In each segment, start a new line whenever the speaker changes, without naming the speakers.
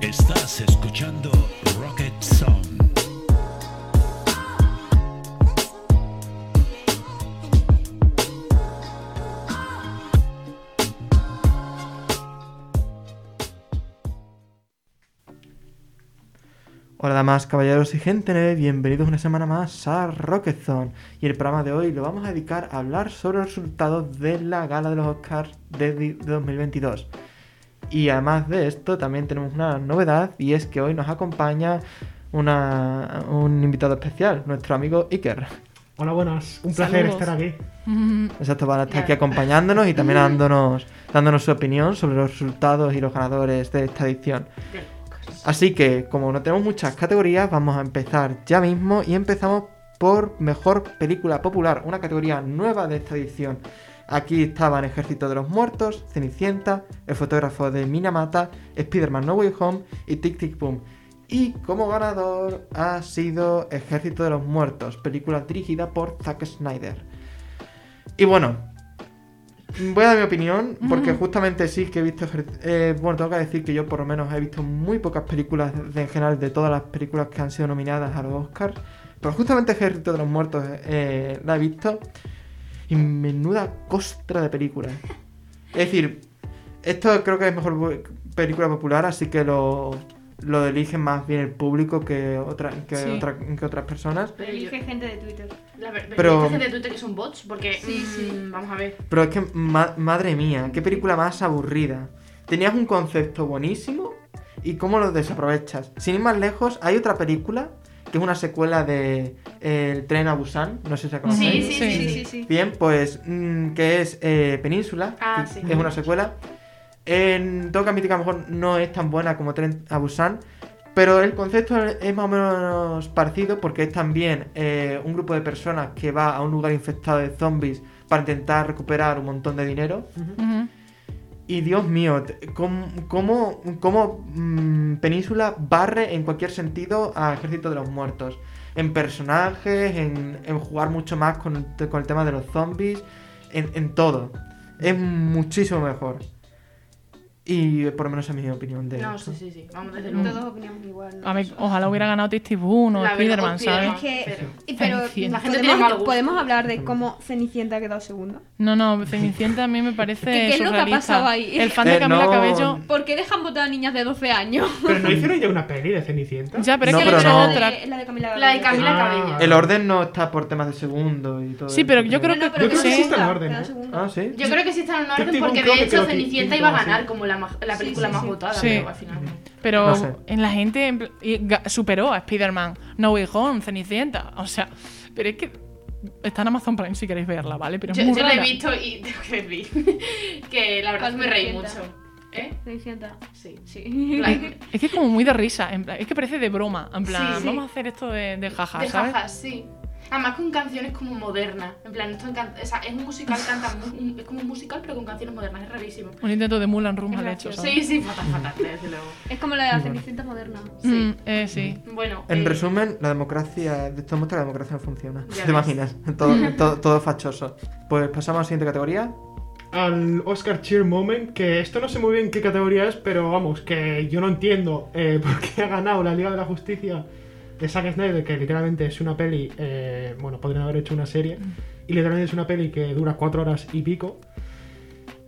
Estás escuchando Rocket Sound.
Hola damas, caballeros y gente, bienvenidos una semana más a Rocket Zone. Y el programa de hoy lo vamos a dedicar a hablar sobre los resultados de la gala de los Oscars de di- de 2022. Y además de esto, también tenemos una novedad y es que hoy nos acompaña una- un invitado especial, nuestro amigo Iker.
Hola, buenas. Un placer
Saludos.
estar aquí.
Exacto, van a estar aquí acompañándonos y también dándonos, dándonos su opinión sobre los resultados y los ganadores de esta edición. Así que, como no tenemos muchas categorías, vamos a empezar ya mismo y empezamos por Mejor Película Popular, una categoría nueva de esta edición. Aquí estaban Ejército de los Muertos, Cenicienta, El Fotógrafo de Minamata, Spider-Man No Way Home y Tic Tic Boom. Y como ganador ha sido Ejército de los Muertos, película dirigida por Zack Snyder. Y bueno, voy a dar mi opinión, porque justamente sí que he visto. ejer- eh, bueno, tengo que decir que yo por lo menos he visto muy pocas películas de, en general, de todas las películas que han sido nominadas a los Oscars. Pero justamente Ejército de los Muertos eh, la he visto. Y menuda costra de película. Es decir, esto creo que es mejor bu- película popular, así que lo, lo eligen más bien el público que, otra, que,
Sí.
otra- que otras personas.
Pero yo-
Elige gente de Twitter.
la verdad,
Pero-
pero... hay gente de Twitter que son bots, porque...
Sí,
mm,
sí.
Vamos a ver.
Pero es que, ma- madre mía, qué película más aburrida. Tenías un concepto buenísimo y cómo lo desaprovechas. Sin ir más lejos, hay otra película que es una secuela de eh, El tren a Busan, no sé si la
Sí,
conocéis.
sí, sí,
Sí,
sí.
sí,
Bien, pues mm, que es eh, Península,
Ah,
que
sí.
es una secuela. En, tengo que admitir que a lo mejor no es tan buena como Tren a Busan, pero el concepto es más o menos parecido porque es también eh, un grupo de personas que va a un lugar infectado de zombies para intentar recuperar un montón de dinero. Y Dios mío, t- ¿cómo, cómo, cómo, mm, Península barre en cualquier sentido a Ejército de los Muertos? En personajes, en, en jugar mucho más con, el te- con el tema de los zombies, en, en todo. Es muchísimo mejor. Y eh, por lo menos es mi opinión de
No,
esto.
sí, sí, sí. Vamos, desde luego.
Todos opinamos igual. ¿no?
A ver, ojalá hubiera ganado Tasty Boon o
La verdad,
Spiderman,
Spiderman.
¿sabes?
Es que.
Pero-
y- Pero,
Cenicienta.
La gente tiene mal
¿podemos,
gusto.
podemos hablar de cómo Cenicienta ha quedado segunda.
No, no, Cenicienta a mí me parece.
¿Qué- qué es lo que ha
surrealista.
pasado ahí?
El fan de
Eh,
Camila
no.
Cabello.
¿Por qué dejan votar a niñas de 12 años?
Pero no hicieron ya una peli de Cenicienta.
Ya, pero
No,
es que
pero
le
no.
echan
Es
otra.
la de- es la de
La
Camila
de
Gabriel.
Camila
Ah.
Cabello.
El orden no está por temas de segundo y todo.
Sí,
eso,
pero yo creo
No,
que.
no, pero
Yo creo que
quedó
sí está en
segunda,
orden,
quedó
¿eh?
segunda.
Ah, sí.
Yo creo que sí está en orden
Tic-tic-boom
porque
creo
de
que
hecho
quedó
Cenicienta
quinto,
iba a
así.
ganar como la, ma- la
Sí,
película
sí,
más
sí.
votada,
Sí.
pero al final no.
Pero
No sé.
en la gente en pl- y ga- superó a Spider-Man, No Way Home, Cenicienta. O sea, pero es que está en Amazon Prime si queréis verla, ¿vale? Pero es
Yo,
muy
yo la he
rara.
visto y tengo que decir que la verdad es que me reí
Cenicienta.
mucho. ¿Eh?
Cenicienta. Sí, sí.
Like,
Es que es como muy de risa, en plan, es que parece de broma, en plan,
Sí, sí.
vamos a hacer esto de, de jaja,
de
¿sabes?
jajas, sí. Además con canciones como modernas. En plan, esto encanta- o sea, es un musical, canta, mu- es como un musical pero con canciones modernas, es rarísimo.
Un intento de Mulan Rouge
Es
mal hecho,
gracioso.
¿sabes?
Sí, sí, fatal, fatal, desde luego.
Es como la de la Cenicienta moderna.
sí.
Mm, eh, sí.
Bueno.
En
eh,
resumen, la democracia, de todos modos la democracia no funciona.
Ya
¿Te
ves.
imaginas? Todo, todo, todo fachoso. Pues pasamos a la siguiente categoría.
Al Oscar Cheer Moment, que esto no sé muy bien qué categoría es, pero vamos, que yo no entiendo eh, por qué ha ganado la Liga de la Justicia de Zack Snyder, que literalmente es una peli, eh, bueno, podrían haber hecho una serie, y literalmente es una peli que dura cuatro horas y pico,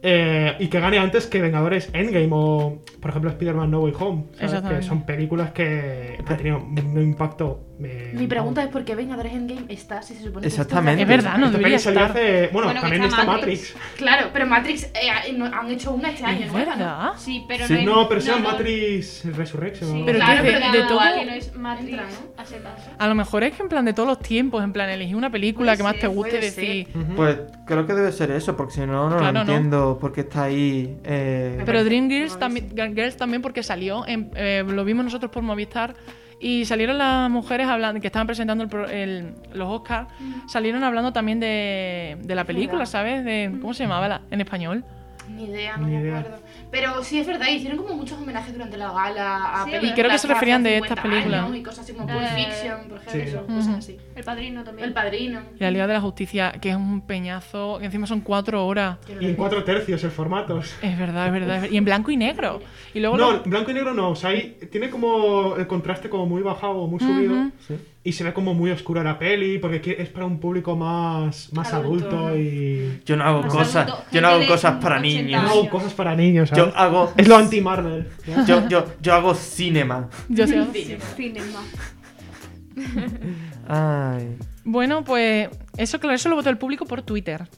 eh, y que gane antes que Vengadores Endgame o, por ejemplo, Spider-Man No Way Home, ¿sabes? que
Exactamente.
son películas que han tenido un impacto... eh,
Mi pregunta es por qué Vengadores Endgame está si se supone que
Exactamente.
Es verdad, no
Este
Esta
debería
peli salió
estar.
hace- Bueno,
Bueno, que
también
está
está
Matrix.
Matrix.
está- Claro, pero Matrix eh, eh, no- han hecho una este año,
¿Es
¿no? Era, ¿no?
verdad?
Sí, pero
Sí.
no es-
No, pero se llama
no-
Matrix Resurrection.
Sí,
¿no?
Pero
claro,
que
pero
de-
que
de todo-
alguien no es Matrix
Entra, ¿no?
a secas.
A lo mejor es que en plan de todos los tiempos, en plan elegir una película
Puede
que más te
ser,
guste y
puede ser.
decir.
Ujú.
Pues creo que debe ser eso, porque si no, no
Claro,
lo
no.
entiendo por qué está ahí. eh,
Pero Dream
No,
Girls, también, Girls también porque salió, en- eh, lo vimos nosotros por Movistar y salieron las mujeres hablando que estaban presentando el pro- el- los Oscars, salieron hablando también de, de la película,
verdad.
¿sabes? De, ¿Cómo se llamaba la- en español?
Ni idea, no
Ni
me
idea.
acuerdo. Pero sí es verdad, hicieron como muchos homenajes durante la gala a
Sí,
películas
y
creo que se
hace
referían de
50
estas películas.
años Y cosas así como Pulp
Eh,
Fiction, por ejemplo,
sí.
o cosas
Ujú.
así.
El padrino también.
El Padrino.
Y la Liga de la Justicia, que es un peñazo, que encima son cuatro horas.
Yo no
Y
lo
en
vi.
cuatro tercios el formato.
Es verdad, es verdad. es verdad. Y en blanco y negro. Y luego
No,
lo-
blanco y negro no. O sea, ahí tiene como el contraste como muy bajado, muy subido.
Ujú.
Sí.
Y se ve como muy oscura la peli, porque que- es para un público más, más
Adulto.
adulto. y...
Yo no hago
Más
cosas.
adulto,
Yo no
gente
hago
de
cosas para
80
Yo
niños.
años.
hago cosas para niños, ¿sabes?
Yo hago.
Es lo anti-Marvel. ¿ya?
Yo, yo, yo hago cinema.
yo sé-
Cinema.
Ay.
Bueno, pues eso, claro, eso lo votó el público por Twitter.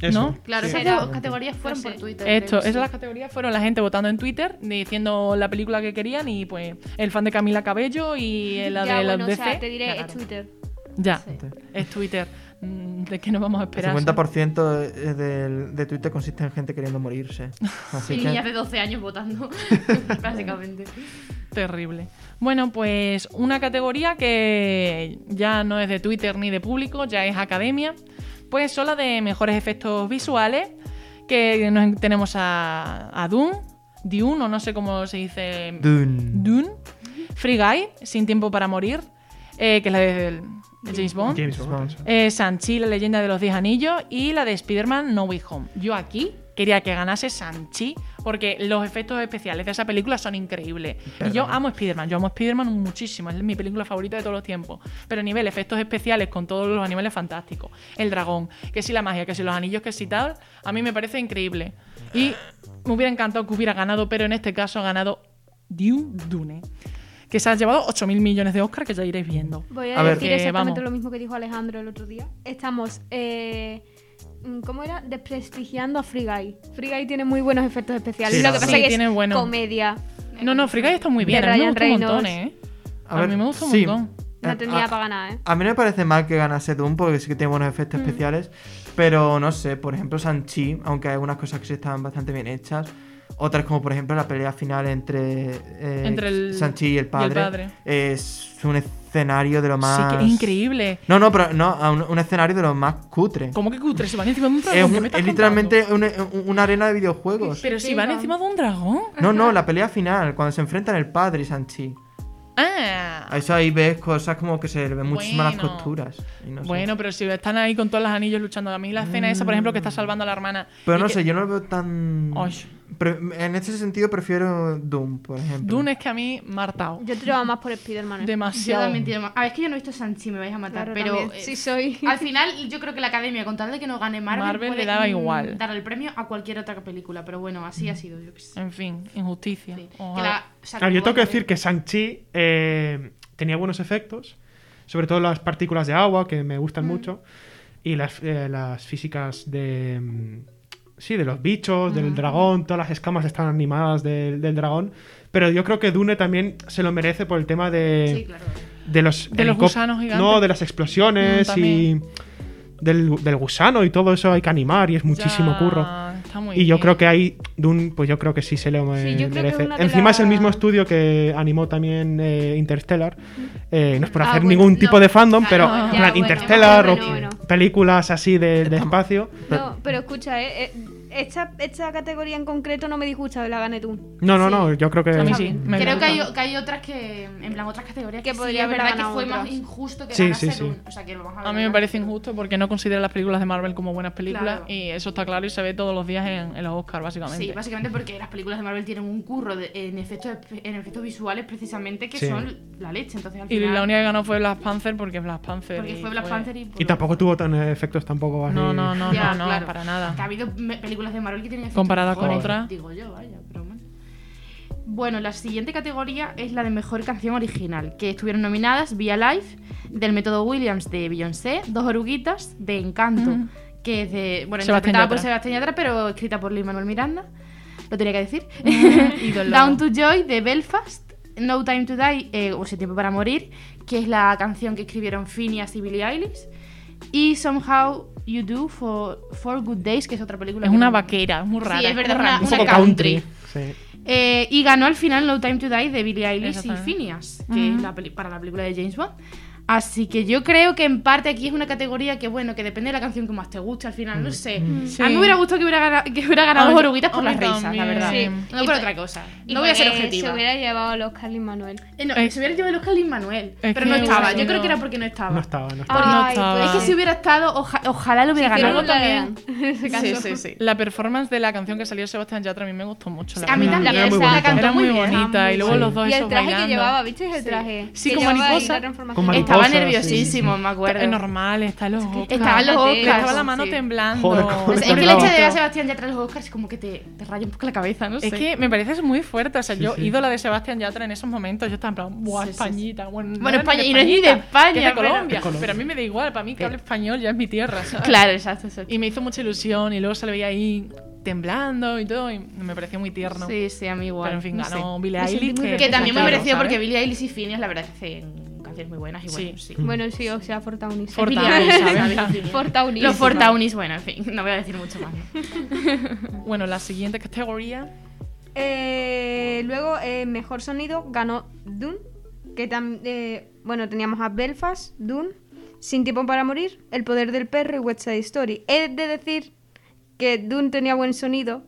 Eso.
¿No?
Claro,
Sí.
esas
Era-
las categorías fueron
Pues
por
sí.
Twitter.
Esto,
creo que
esas
sí.
las categorías fueron la gente votando en Twitter, diciendo la película que querían y pues el fan de Camila Cabello y la
ya,
de la
bueno,
DC.
o sea, te diré,
ganaron.
es Twitter.
Ya,
Sí.
es Twitter. Mm, ¿De qué nos vamos a
El
esperar?
50% de, de- de Twitter consiste en gente queriendo morirse. Así
Y
que.
niñas de 12 años votando, básicamente.
Terrible. Bueno, pues una categoría que ya no es de Twitter ni de público, ya es academia, pues son las de mejores efectos visuales, que nos- tenemos a, a Dune, Dune, o no sé cómo se dice,
Dune.
Dune, Free Guy, Sin Tiempo para Morir, eh, que es la de el- el James Bond,
James Bond,
Bond.
eso.
eh, Sanchi, la leyenda de los 10 anillos, y la de Spider-Man No Way Home. Yo aquí quería que ganase Sanchi, porque los efectos especiales de esa película son increíbles. Y yo amo Spider-Man, yo amo Spider-Man muchísimo, es mi película favorita de todos los tiempos. Pero a nivel efectos especiales con todos los animales fantásticos, el dragón, que si la magia, que si los anillos, que si tal, a mí me parece increíble. Y me hubiera encantado que hubiera ganado, pero en este caso ha ganado Dune Dune. Que se ha llevado 8.000 millones de Oscar, que ya iréis viendo.
Voy
A
a,
ver,
decir
que
exactamente
vamos.
lo mismo que dijo Alejandro el otro día. Estamos, eh, mm, ¿cómo era? Desprestigiando a Free Guy. Free Guy tiene muy buenos efectos especiales.
Sí, la
lo que pasa
verdad.
es que
Sí, tiene
es
bueno.
comedia.
No, no, Free Guy está muy
De
bien. A mí me
Ryan
gusta un montón,
Reynolds.
¿eh? A, mí me gusta un
sí.
montón.
Eh,
No tendría
a-
para ganar, ¿eh?
A mí no me parece mal que ganase Doom porque sí que tiene buenos efectos
Mm.
especiales, pero no sé, por ejemplo, Sanchi, aunque hay algunas cosas que sí estaban bastante bien hechas, otras como por ejemplo la pelea final entre, eh,
Entre el-
Sanchi y el padre,
padre.
es un escenario de lo más...
Sí, que es increíble.
No, no, pero no, a un, un escenario de lo más cutre.
¿Cómo que cutre? Si van encima de un dragón.
Es,
¿qué
un-
me estás
es literalmente
contando?
una, un- una arena de videojuegos.
Pero si van
Digan.
encima de un dragón.
No, no, la pelea final, cuando se enfrentan el padre y Sanchi.
Ah.
Eso ahí ves cosas como que se le ven muchísimas las
Bueno.
costuras. y no sé.
Bueno, pero si están ahí con todos los anillos luchando. A mí la escena esa, por ejemplo, que está salvando a la hermana.
Mm. Pero
y
no
que-
sé, yo no lo veo tan.
Ay.
Pre- en ese sentido prefiero Doom, por ejemplo.
Dune es que a mí martao.
Yo tiraba más por Spider-Man. ¿eh?
Yo
Demasiado.
también tiré- Ah, es que yo no he visto Sanchi, me vais a matar.
Claro,
pero
también.
eh,
Sí, soy.
al final, yo creo que la academia, con tal de que no gane Marvel,
Marvel le
puede,
daba
mm,
igual.
Dar el premio a cualquier otra película. Pero bueno, así ha sido. Yo qué sé.
En fin, injusticia.
Sí. Que
Ojalá.
la- o sea,
Claro, yo
como
tengo que
otra
decir
vez.
que Shang-Chi eh, tenía buenos efectos, sobre todo las partículas de agua, que me
Mm.
gustan mucho, y las, eh, las físicas de... mm, Sí, de los bichos, del dragón, todas las escamas están animadas del, del dragón. Pero yo creo que Dune también se lo merece por el tema de,
Sí, claro.
de los...
De los
helicóp-
gusanos gigantes.
No, de las explosiones
Mm,
y...
también.
Del, del gusano y todo eso hay que animar y es muchísimo
Ya,
curro.
Está muy
Y yo
bien.
creo que ahí Dune, pues yo creo que sí se le me-
Sí, yo creo que
merece.
una de
Encima es el
la-
mismo estudio que animó también eh, Interstellar. Eh, no es por
Ah,
hacer
bueno,
ningún
no.
tipo de fandom,
Ah,
pero
no,
en
ya,
plan
bueno,
Interstellar
bueno,
o
bueno.
películas así de, de espacio.
No, pero escucha, ¿eh? eh, Esta, esta categoría en concreto no me disgusta, la gané tú.
No, no, no, yo creo que...
A mí sí. me
Creo que
gusta.
hay, que hay otras que, en plan, otras categorías que,
Que
sí,
podría
es
haber
verdad que
ganado
fue más
otras.
injusto que
Sí,
ganase
sí, sí.
Dune. O sea, que lo vamos a,
A mí
ver,
me
¿no?
parece injusto porque no considera las películas de Marvel como buenas películas
Claro.
y eso está claro y se ve todos los días en, en los Oscars, básicamente.
Sí, básicamente porque las películas de Marvel tienen un curro de- en, efectos, en efectos visuales precisamente que
Sí.
son la leche. Entonces, al
y
final,
la pues. única que ganó fue Black Panther porque Black Panther.
Porque
y
fue Black Panther y...
Y tampoco tuvo tan efectos tampoco así.
No, no, no,
Ya,
no, no,
claro.
para
Que ha
nada.
habido me- películas de Marvel que tienen efectos
Comparada con
mejores,
otra.
Digo yo, vaya, pero bueno. Bueno, la siguiente categoría es la de mejor canción original, que estuvieron nominadas Via Life, del método Williams de Beyoncé, Dos Oruguitas, de Encanto,
Mm.
que es de. Bueno,
Sebastián
interpretada por
Yatra.
Sebastián Yatra, pero escrita por Luis Manuel Miranda. Lo tenía que decir.
Ídolo.
Down to Joy de Belfast, No Time to Die, eh, o Sin Tiempo para Morir, que es la canción que escribieron Phineas y Billie Eilish. Y Somehow You Do for, for Good Days, que es otra película.
Es
que
una
no-
vaquera, es muy rara.
Sí, es verdad,
como
una-
Un
random.
poco
una country.
country. Sí.
Eh, y ganó al final No Time to Die de Billie Eilish y
Exactamente.
Phineas, que
Ujú.
es la peli- para la película de James Bond. Así que yo creo que en parte aquí es una categoría que, bueno, que depende de la canción que más te guste al final, no sé.
Mm. Sí.
A mí me hubiera gustado que hubiera ganado, que hubiera ganado
A mí-
Joruguitas
a
por
mí
las risas, la
también.
verdad.
Sí.
No por
Y por-
otra cosa.
Y
No voy a ser
porque
objetiva.
Se hubiera llevado los Carlos Manuel.
Eh, no,
Eh,
se hubiera llevado el Oscar Lin Manuel,
es
pero no
que
estaba.
bueno,
Yo creo
no.
que era porque no estaba.
No estaba, no estaba.
Por no
Ay, pues,
estaba.
Es que si hubiera estado, oja- ojalá lo hubiera
Sí,
ganado.
pero no
también. ese
Sí,
caso.
sí, sí.
La performance de la canción que salió Sebastián Yatra a mí me gustó mucho. la
A mí
verdad.
también,
Era muy
esa
bonita.
la cantó
Era muy
muy bien.
bonita y luego
Sí.
los dos
Y el
esos
traje
bailando.
que llevaba, ¿visteis el traje?
Sí,
Que
con
llevaba ahí
mariposa.
la transformación.
Con mariposa.
Estaba
Mariposas, sí.
nerviosísimo, me acuerdo.
Es normal, está los Oscars.
Estaban los
Cálmate.
Oscars.
Estaba la mano
sí.
temblando.
Joder, con-
O sea, Pues es que el
temblaba.
hecho de ver a Sebastián Yatra en los Oscars como que te, te raya un poco la cabeza, no sé.
Es que me parece muy fuerte. O sea,
Sí,
yo,
sí.
ídola de Sebastián Yatra en esos momentos, yo estaba en plan, ¡buah,
Sí, sí, sí.
Españita! Bueno, no
Bueno,
era
España- y no es ni de
españita,
España,
que es de
pero-
Colombia.
De
Pero a mí me da igual, para mí que hable español ya es mi tierra, ¿sabes?
Claro, exacto, exacto.
Y me hizo mucha ilusión y luego se le veía ahí temblando y todo, y me pareció muy tierno.
Sí, sí, a mí igual.
Pero en fin,
no sé.
ganó Billie
Me sentí
Eilish.
muy
Que también me
Claro,
mereció
¿sabes?
porque Billie Eilish y Phineas la verdad es que hacen canciones muy buenas y
Sí.
bueno, sí.
Bueno, sí, o sea, protagonista.
Billie
Fortaunis,
Eilish,
¿sabes?
¿sabes?
Claro.
Phineas.
Fortaunis.
Los Fortaunis, bueno, en fin, no voy a decir mucho más. ¿no?
Bueno, la siguiente categoría.
Eh, luego, eh, mejor sonido ganó Dune. Que tam- eh, bueno, teníamos a Belfast, Dune, Sin Tiempo para Morir, El Poder del Perro y West Side Story. He de decir que Dune tenía buen sonido,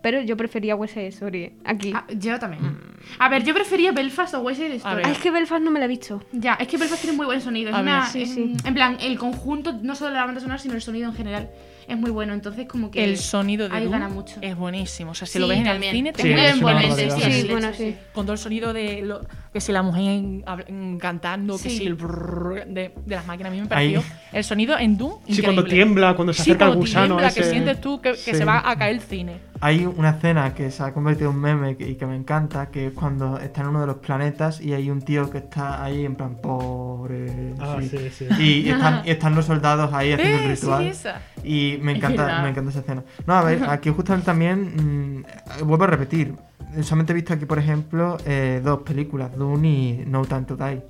pero yo prefería West Side Story eh, aquí.
Ah, yo también. A ver, yo prefería Belfast o West Side Story.
Mm. ver.
Ah, es que Belfast no me la he visto.
Ya, es que Belfast tiene muy buen sonido. Es
A ver,
una-
sí,
es-
sí.
En plan, el conjunto, no solo la banda sonora, sino el sonido en general, es muy bueno. Entonces, como que.
El sonido de
ahí
Dune
gana mucho.
es buenísimo. O sea, si
Sí,
lo ves en
también.
el cine, te
Sí,
muy
es una
envolvente,
barbaridad.
sí,
Sí,
sí,
bueno, sí.
con todo el sonido de lo, que si la mujer hab- mm, cantando, que
Sí.
si el brrrr de, de las máquinas, a mí me
Ahí.
pareció el sonido en Doom.
Sí, cuando tiembla, cuando se
sí,
acerca el
cuando
gusano
tiembla, que
ese.
sientes tú que, que
Sí.
se va a caer el cine.
Hay una escena que se ha convertido en un meme que- y que me encanta, que es cuando está en uno de los planetas y hay un tío que está ahí en plan pobre.
Ah,
sí.
sí, sí.
Y, y están, y están los soldados ahí haciendo el
Eh,
ritual.
sí, esa.
Y me
Es
encanta,
verdad.
me encanta esa escena. No, a ver, aquí justamente también, mm, vuelvo a repetir, solamente he visto aquí, por ejemplo, eh, dos películas, Dune y No Time to Die.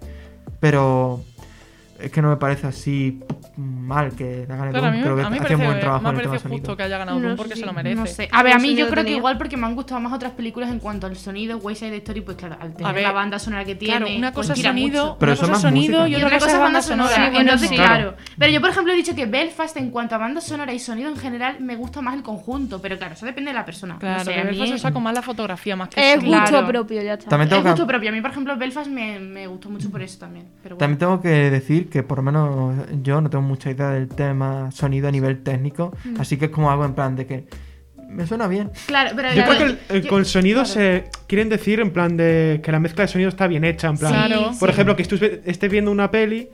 Pero es que no me parece así mal que la gane
Pero Pues a
Dune.
mí,
Creo que
a mí me
hace un buen
parece-
trabajo
me
en el tema
parece
de sonido.
justo que haya ganado
No
Doom porque
sé,
se lo merece.
No sé. A ver, a
El
mí yo
sonido
creo que
tenía.
igual porque me han gustado más otras películas en cuanto al sonido, West Side Story, pues claro, al tener
ver,
la banda sonora que tiene. pues
Claro, una cosa es
tira
sonido,
mucho.
Pero
una
eso
cosa es
más música.
sonido y
Y
otra
otra cosa es banda sonora.
sonora. Sí, bueno,
Entonces,
sí.
claro. Pero yo, por ejemplo, he dicho que Belfast, en cuanto a banda sonora y sonido en general, me gusta más el conjunto. Pero claro, eso depende de la persona. No
Claro,
sé,
que
a mí
Belfast se saco más la fotografía más que
Es
el sonido.
Claro.
gusto propio, ya está.
También
es
tengo,
gusto
que,
propio. A mí, por ejemplo, Belfast me, me gustó mucho por eso también. Pero bueno.
también tengo que decir que por lo menos yo no tengo mucha idea del tema sonido a nivel técnico,
Mm.
así que es como algo en plan de que me suena bien.
Claro, pero
Yo
claro,
creo que el- el-
yo-
con el sonido se quieren decir en plan de que la mezcla de sonido está bien hecha, en plan.
Claro.
Por ejemplo, que estés, estés viendo una peli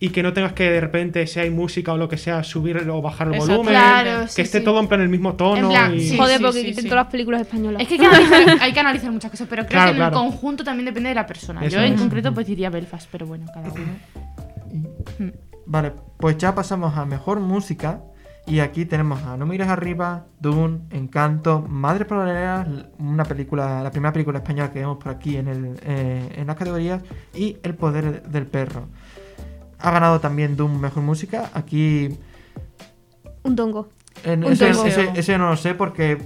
y que no tengas que de repente, si hay música o lo que sea, subir o bajar el
Exacto.
volumen.
Claro,
que
sí,
esté
sí.
todo en plan el mismo tono.
En plan,
y...
sí.
Joder,
sí,
porque
sí,
quiten
sí.
todas las películas españolas.
Es que hay que, analizar, hay que analizar muchas cosas, pero creo
Claro,
que en
claro.
el conjunto también depende de la persona.
Eso
Yo en
es.
concreto pues diría Belfast, pero bueno, cada uno.
Vale, pues ya pasamos a mejor música. Y aquí tenemos a No Mires Arriba, Dune, Encanto, Madre Paralela, una película, la primera película española que vemos por aquí en, el, eh, en las categorías, y El Poder del Perro. Ha ganado también Dune Mejor Música. Aquí.
Un tongo.
en-
Un
ese,
tongo.
ese- ese no lo sé porque.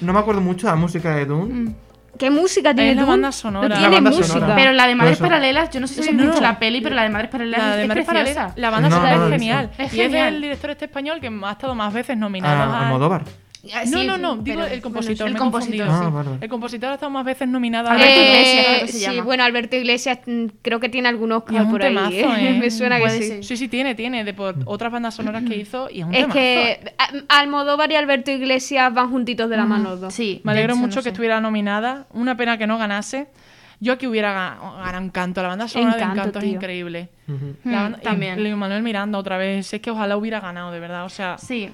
No me acuerdo mucho de la música de Dune.
¿Qué música tiene
Es la
Dune?
banda sonora.
No
La
tiene
banda
música.
sonora.
Pero la de Madres
Por eso.
Paralelas, yo no sé si
Eso
habéis
no.
visto la peli, pero la de Madres Paralelas
La de
es
Madres
preciosa.
Paralelas, la banda
No,
sonora
no lo he
es
visto.
genial.
Es
y es
genial.
del director este español que ha estado más veces
A,
Mm.
nominado
a
al-
Almodóvar.
Ah,
No,
sí,
no, no,
pero-
digo el compositor,
el
me he
compositor.
confundido.
Ah, vale.
El compositor ha estado más veces nominado a
Alberto
Eh,
Iglesias, creo que se
sí,
llama.
bueno, Alberto Iglesias mm, creo que tiene algún
Y es
Oscar
un
por ahí.
temazo,
¿eh?
¿eh?
Me suena que
Puede
sí.
ser.
Sí, sí, tiene, tiene, de
Mm.
por otras bandas sonoras que hizo y es un
Es
temazo.
que a- mm, Almodóvar y Alberto Iglesias van juntitos de la mano los dos.
Sí.
Me alegro
de hecho,
mucho
no
que
sé.
estuviera nominada, una pena que no ganase. Yo aquí hubiera ga- ganado Encanto, la banda sonora de
Encanto,
Encanto es
tío.
increíble.
Ujú.
La
Mm,
banda- y
también.
Lin Manuel Miranda otra vez, es que ojalá hubiera ganado, de verdad, o sea,
Sí.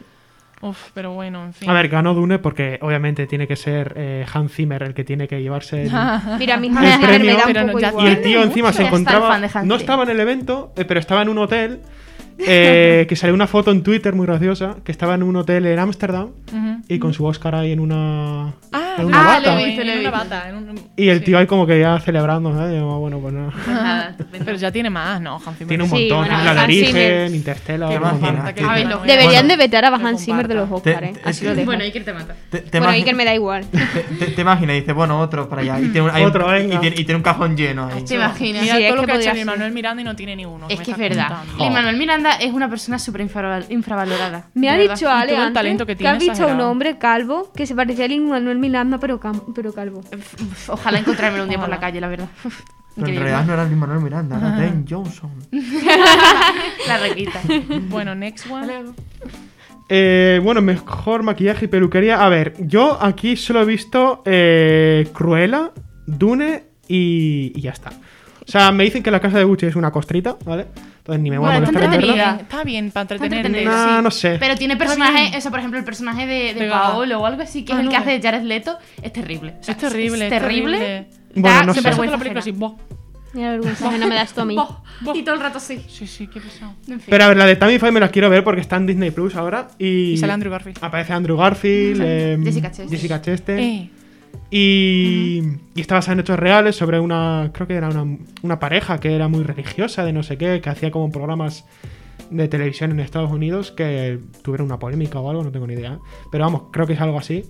uf, pero bueno, en fin.
A ver, ganó Dune porque obviamente tiene que ser eh, Hans Zimmer el que tiene que llevarse el,
Mira, a mí
El
Hans Zimmer me
premio,
da un
pero no,
poco
ya
igual.
Y el
Tiene
tío encima
mucho.
se
Ya está el
encontraba.
fan de Hans
No
Zimmer.
estaba en el evento, eh, pero estaba en un hotel. eh, que salió una foto en Twitter muy graciosa. Que estaba en un hotel en Ámsterdam.
Ujú.
y con su Oscar ahí en una.
Ah,
en una
ah, lo he
bata.
visto, lo he
en una
visto.
bata. en un-
Y el
sí.
tío ahí como que ya celebrando, ¿sabes? Y yo, Bueno, pues nada.
Pues nada, estupendo.
Pero ya tiene más, ¿no? Hans Zimmer.
Tiene un
Sí,
montón.
bueno,
Habla de
Hans Zimmer.
origen, Interstellar.
Que
Qué más
bueno,
tiene.
falta que
A
ver,
lo
lo-
Deberían
Bueno,
de vetar a
que
Hans Zimmer de los
comparta.
Oscars, ¿eh?
Te- te-
Así lo dejo.
Bueno, Iker te mata.
Te, te
Bueno,
imagi-
Iker me da igual.
te- te- te imaginas, dice, bueno, otro para allá. Y tiene, un- hay un-
Otro, venga.
y tiene, y tiene un cajón lleno ahí.
Te imaginas.
Mira
Sí, es
todo lo
que
que ha hecho
podría
Lin
ser.
Manuel Miranda y no tiene ni uno.
Es
me
que es
estás
verdad. Oh.
contando.
Lin Manuel Miranda es una persona súper infravalorada.
Me ha
de verdad.
dicho
Y
Ale
todo el talento
antes
que
que,
tiene,
has visto a un
exagerado.
hombre calvo que se parecía a Lin Manuel Miranda, pero, cam- pero calvo.
Uf, uf, Ojalá encontrármelo un día por la
Ojalá.
calle, la verdad.
Pero en
Increíble. Mm.
realidad no era Luis Manuel Miranda, era Dan Johnson.
La requita.
Bueno, next one.
Eh, bueno, mejor maquillaje y peluquería. A ver, yo aquí solo he visto eh, Cruella, Dune y, y ya está. O sea, me dicen que la casa de Gucci es una costrita, ¿vale? Entonces ni me voy a
Bueno,
molestar en
está
verla.
entretenida.
Está bien, para entretenerte.
entretenida.
Nah,
sí.
no sé.
Pero tiene
Está
personajes,
bien.
o sea, por ejemplo, el personaje de, de
Pegada.
Paolo o algo así, que
Ah,
es el
no,
que hace
eh.
de Jared Leto, es terrible. O sea,
Es terrible,
Es
es
terrible.
terrible.
Bueno, no
Se
sé.
pasó
vergüenza
la película
ajena.
sin voz.
Mira, vergüenza no me das tú a mí.
Boh, boh. Y todo el rato sí.
Sí, sí, qué pesado.
En fin.
Pero a ver, la de Tammy Faye me la quiero ver porque está en Disney Plus ahora. Y,
Y sale Andrew Garfield.
Aparece Andrew Garfield, em,
Jessica Chastain.
Jessica Chastain.
Eh,
Y, y está basada en hechos reales sobre una, creo que era una, una pareja que era muy religiosa, de no sé qué, que hacía como programas de televisión en Estados Unidos que tuvieron una polémica o algo, no tengo ni idea. Pero vamos, creo que es algo así.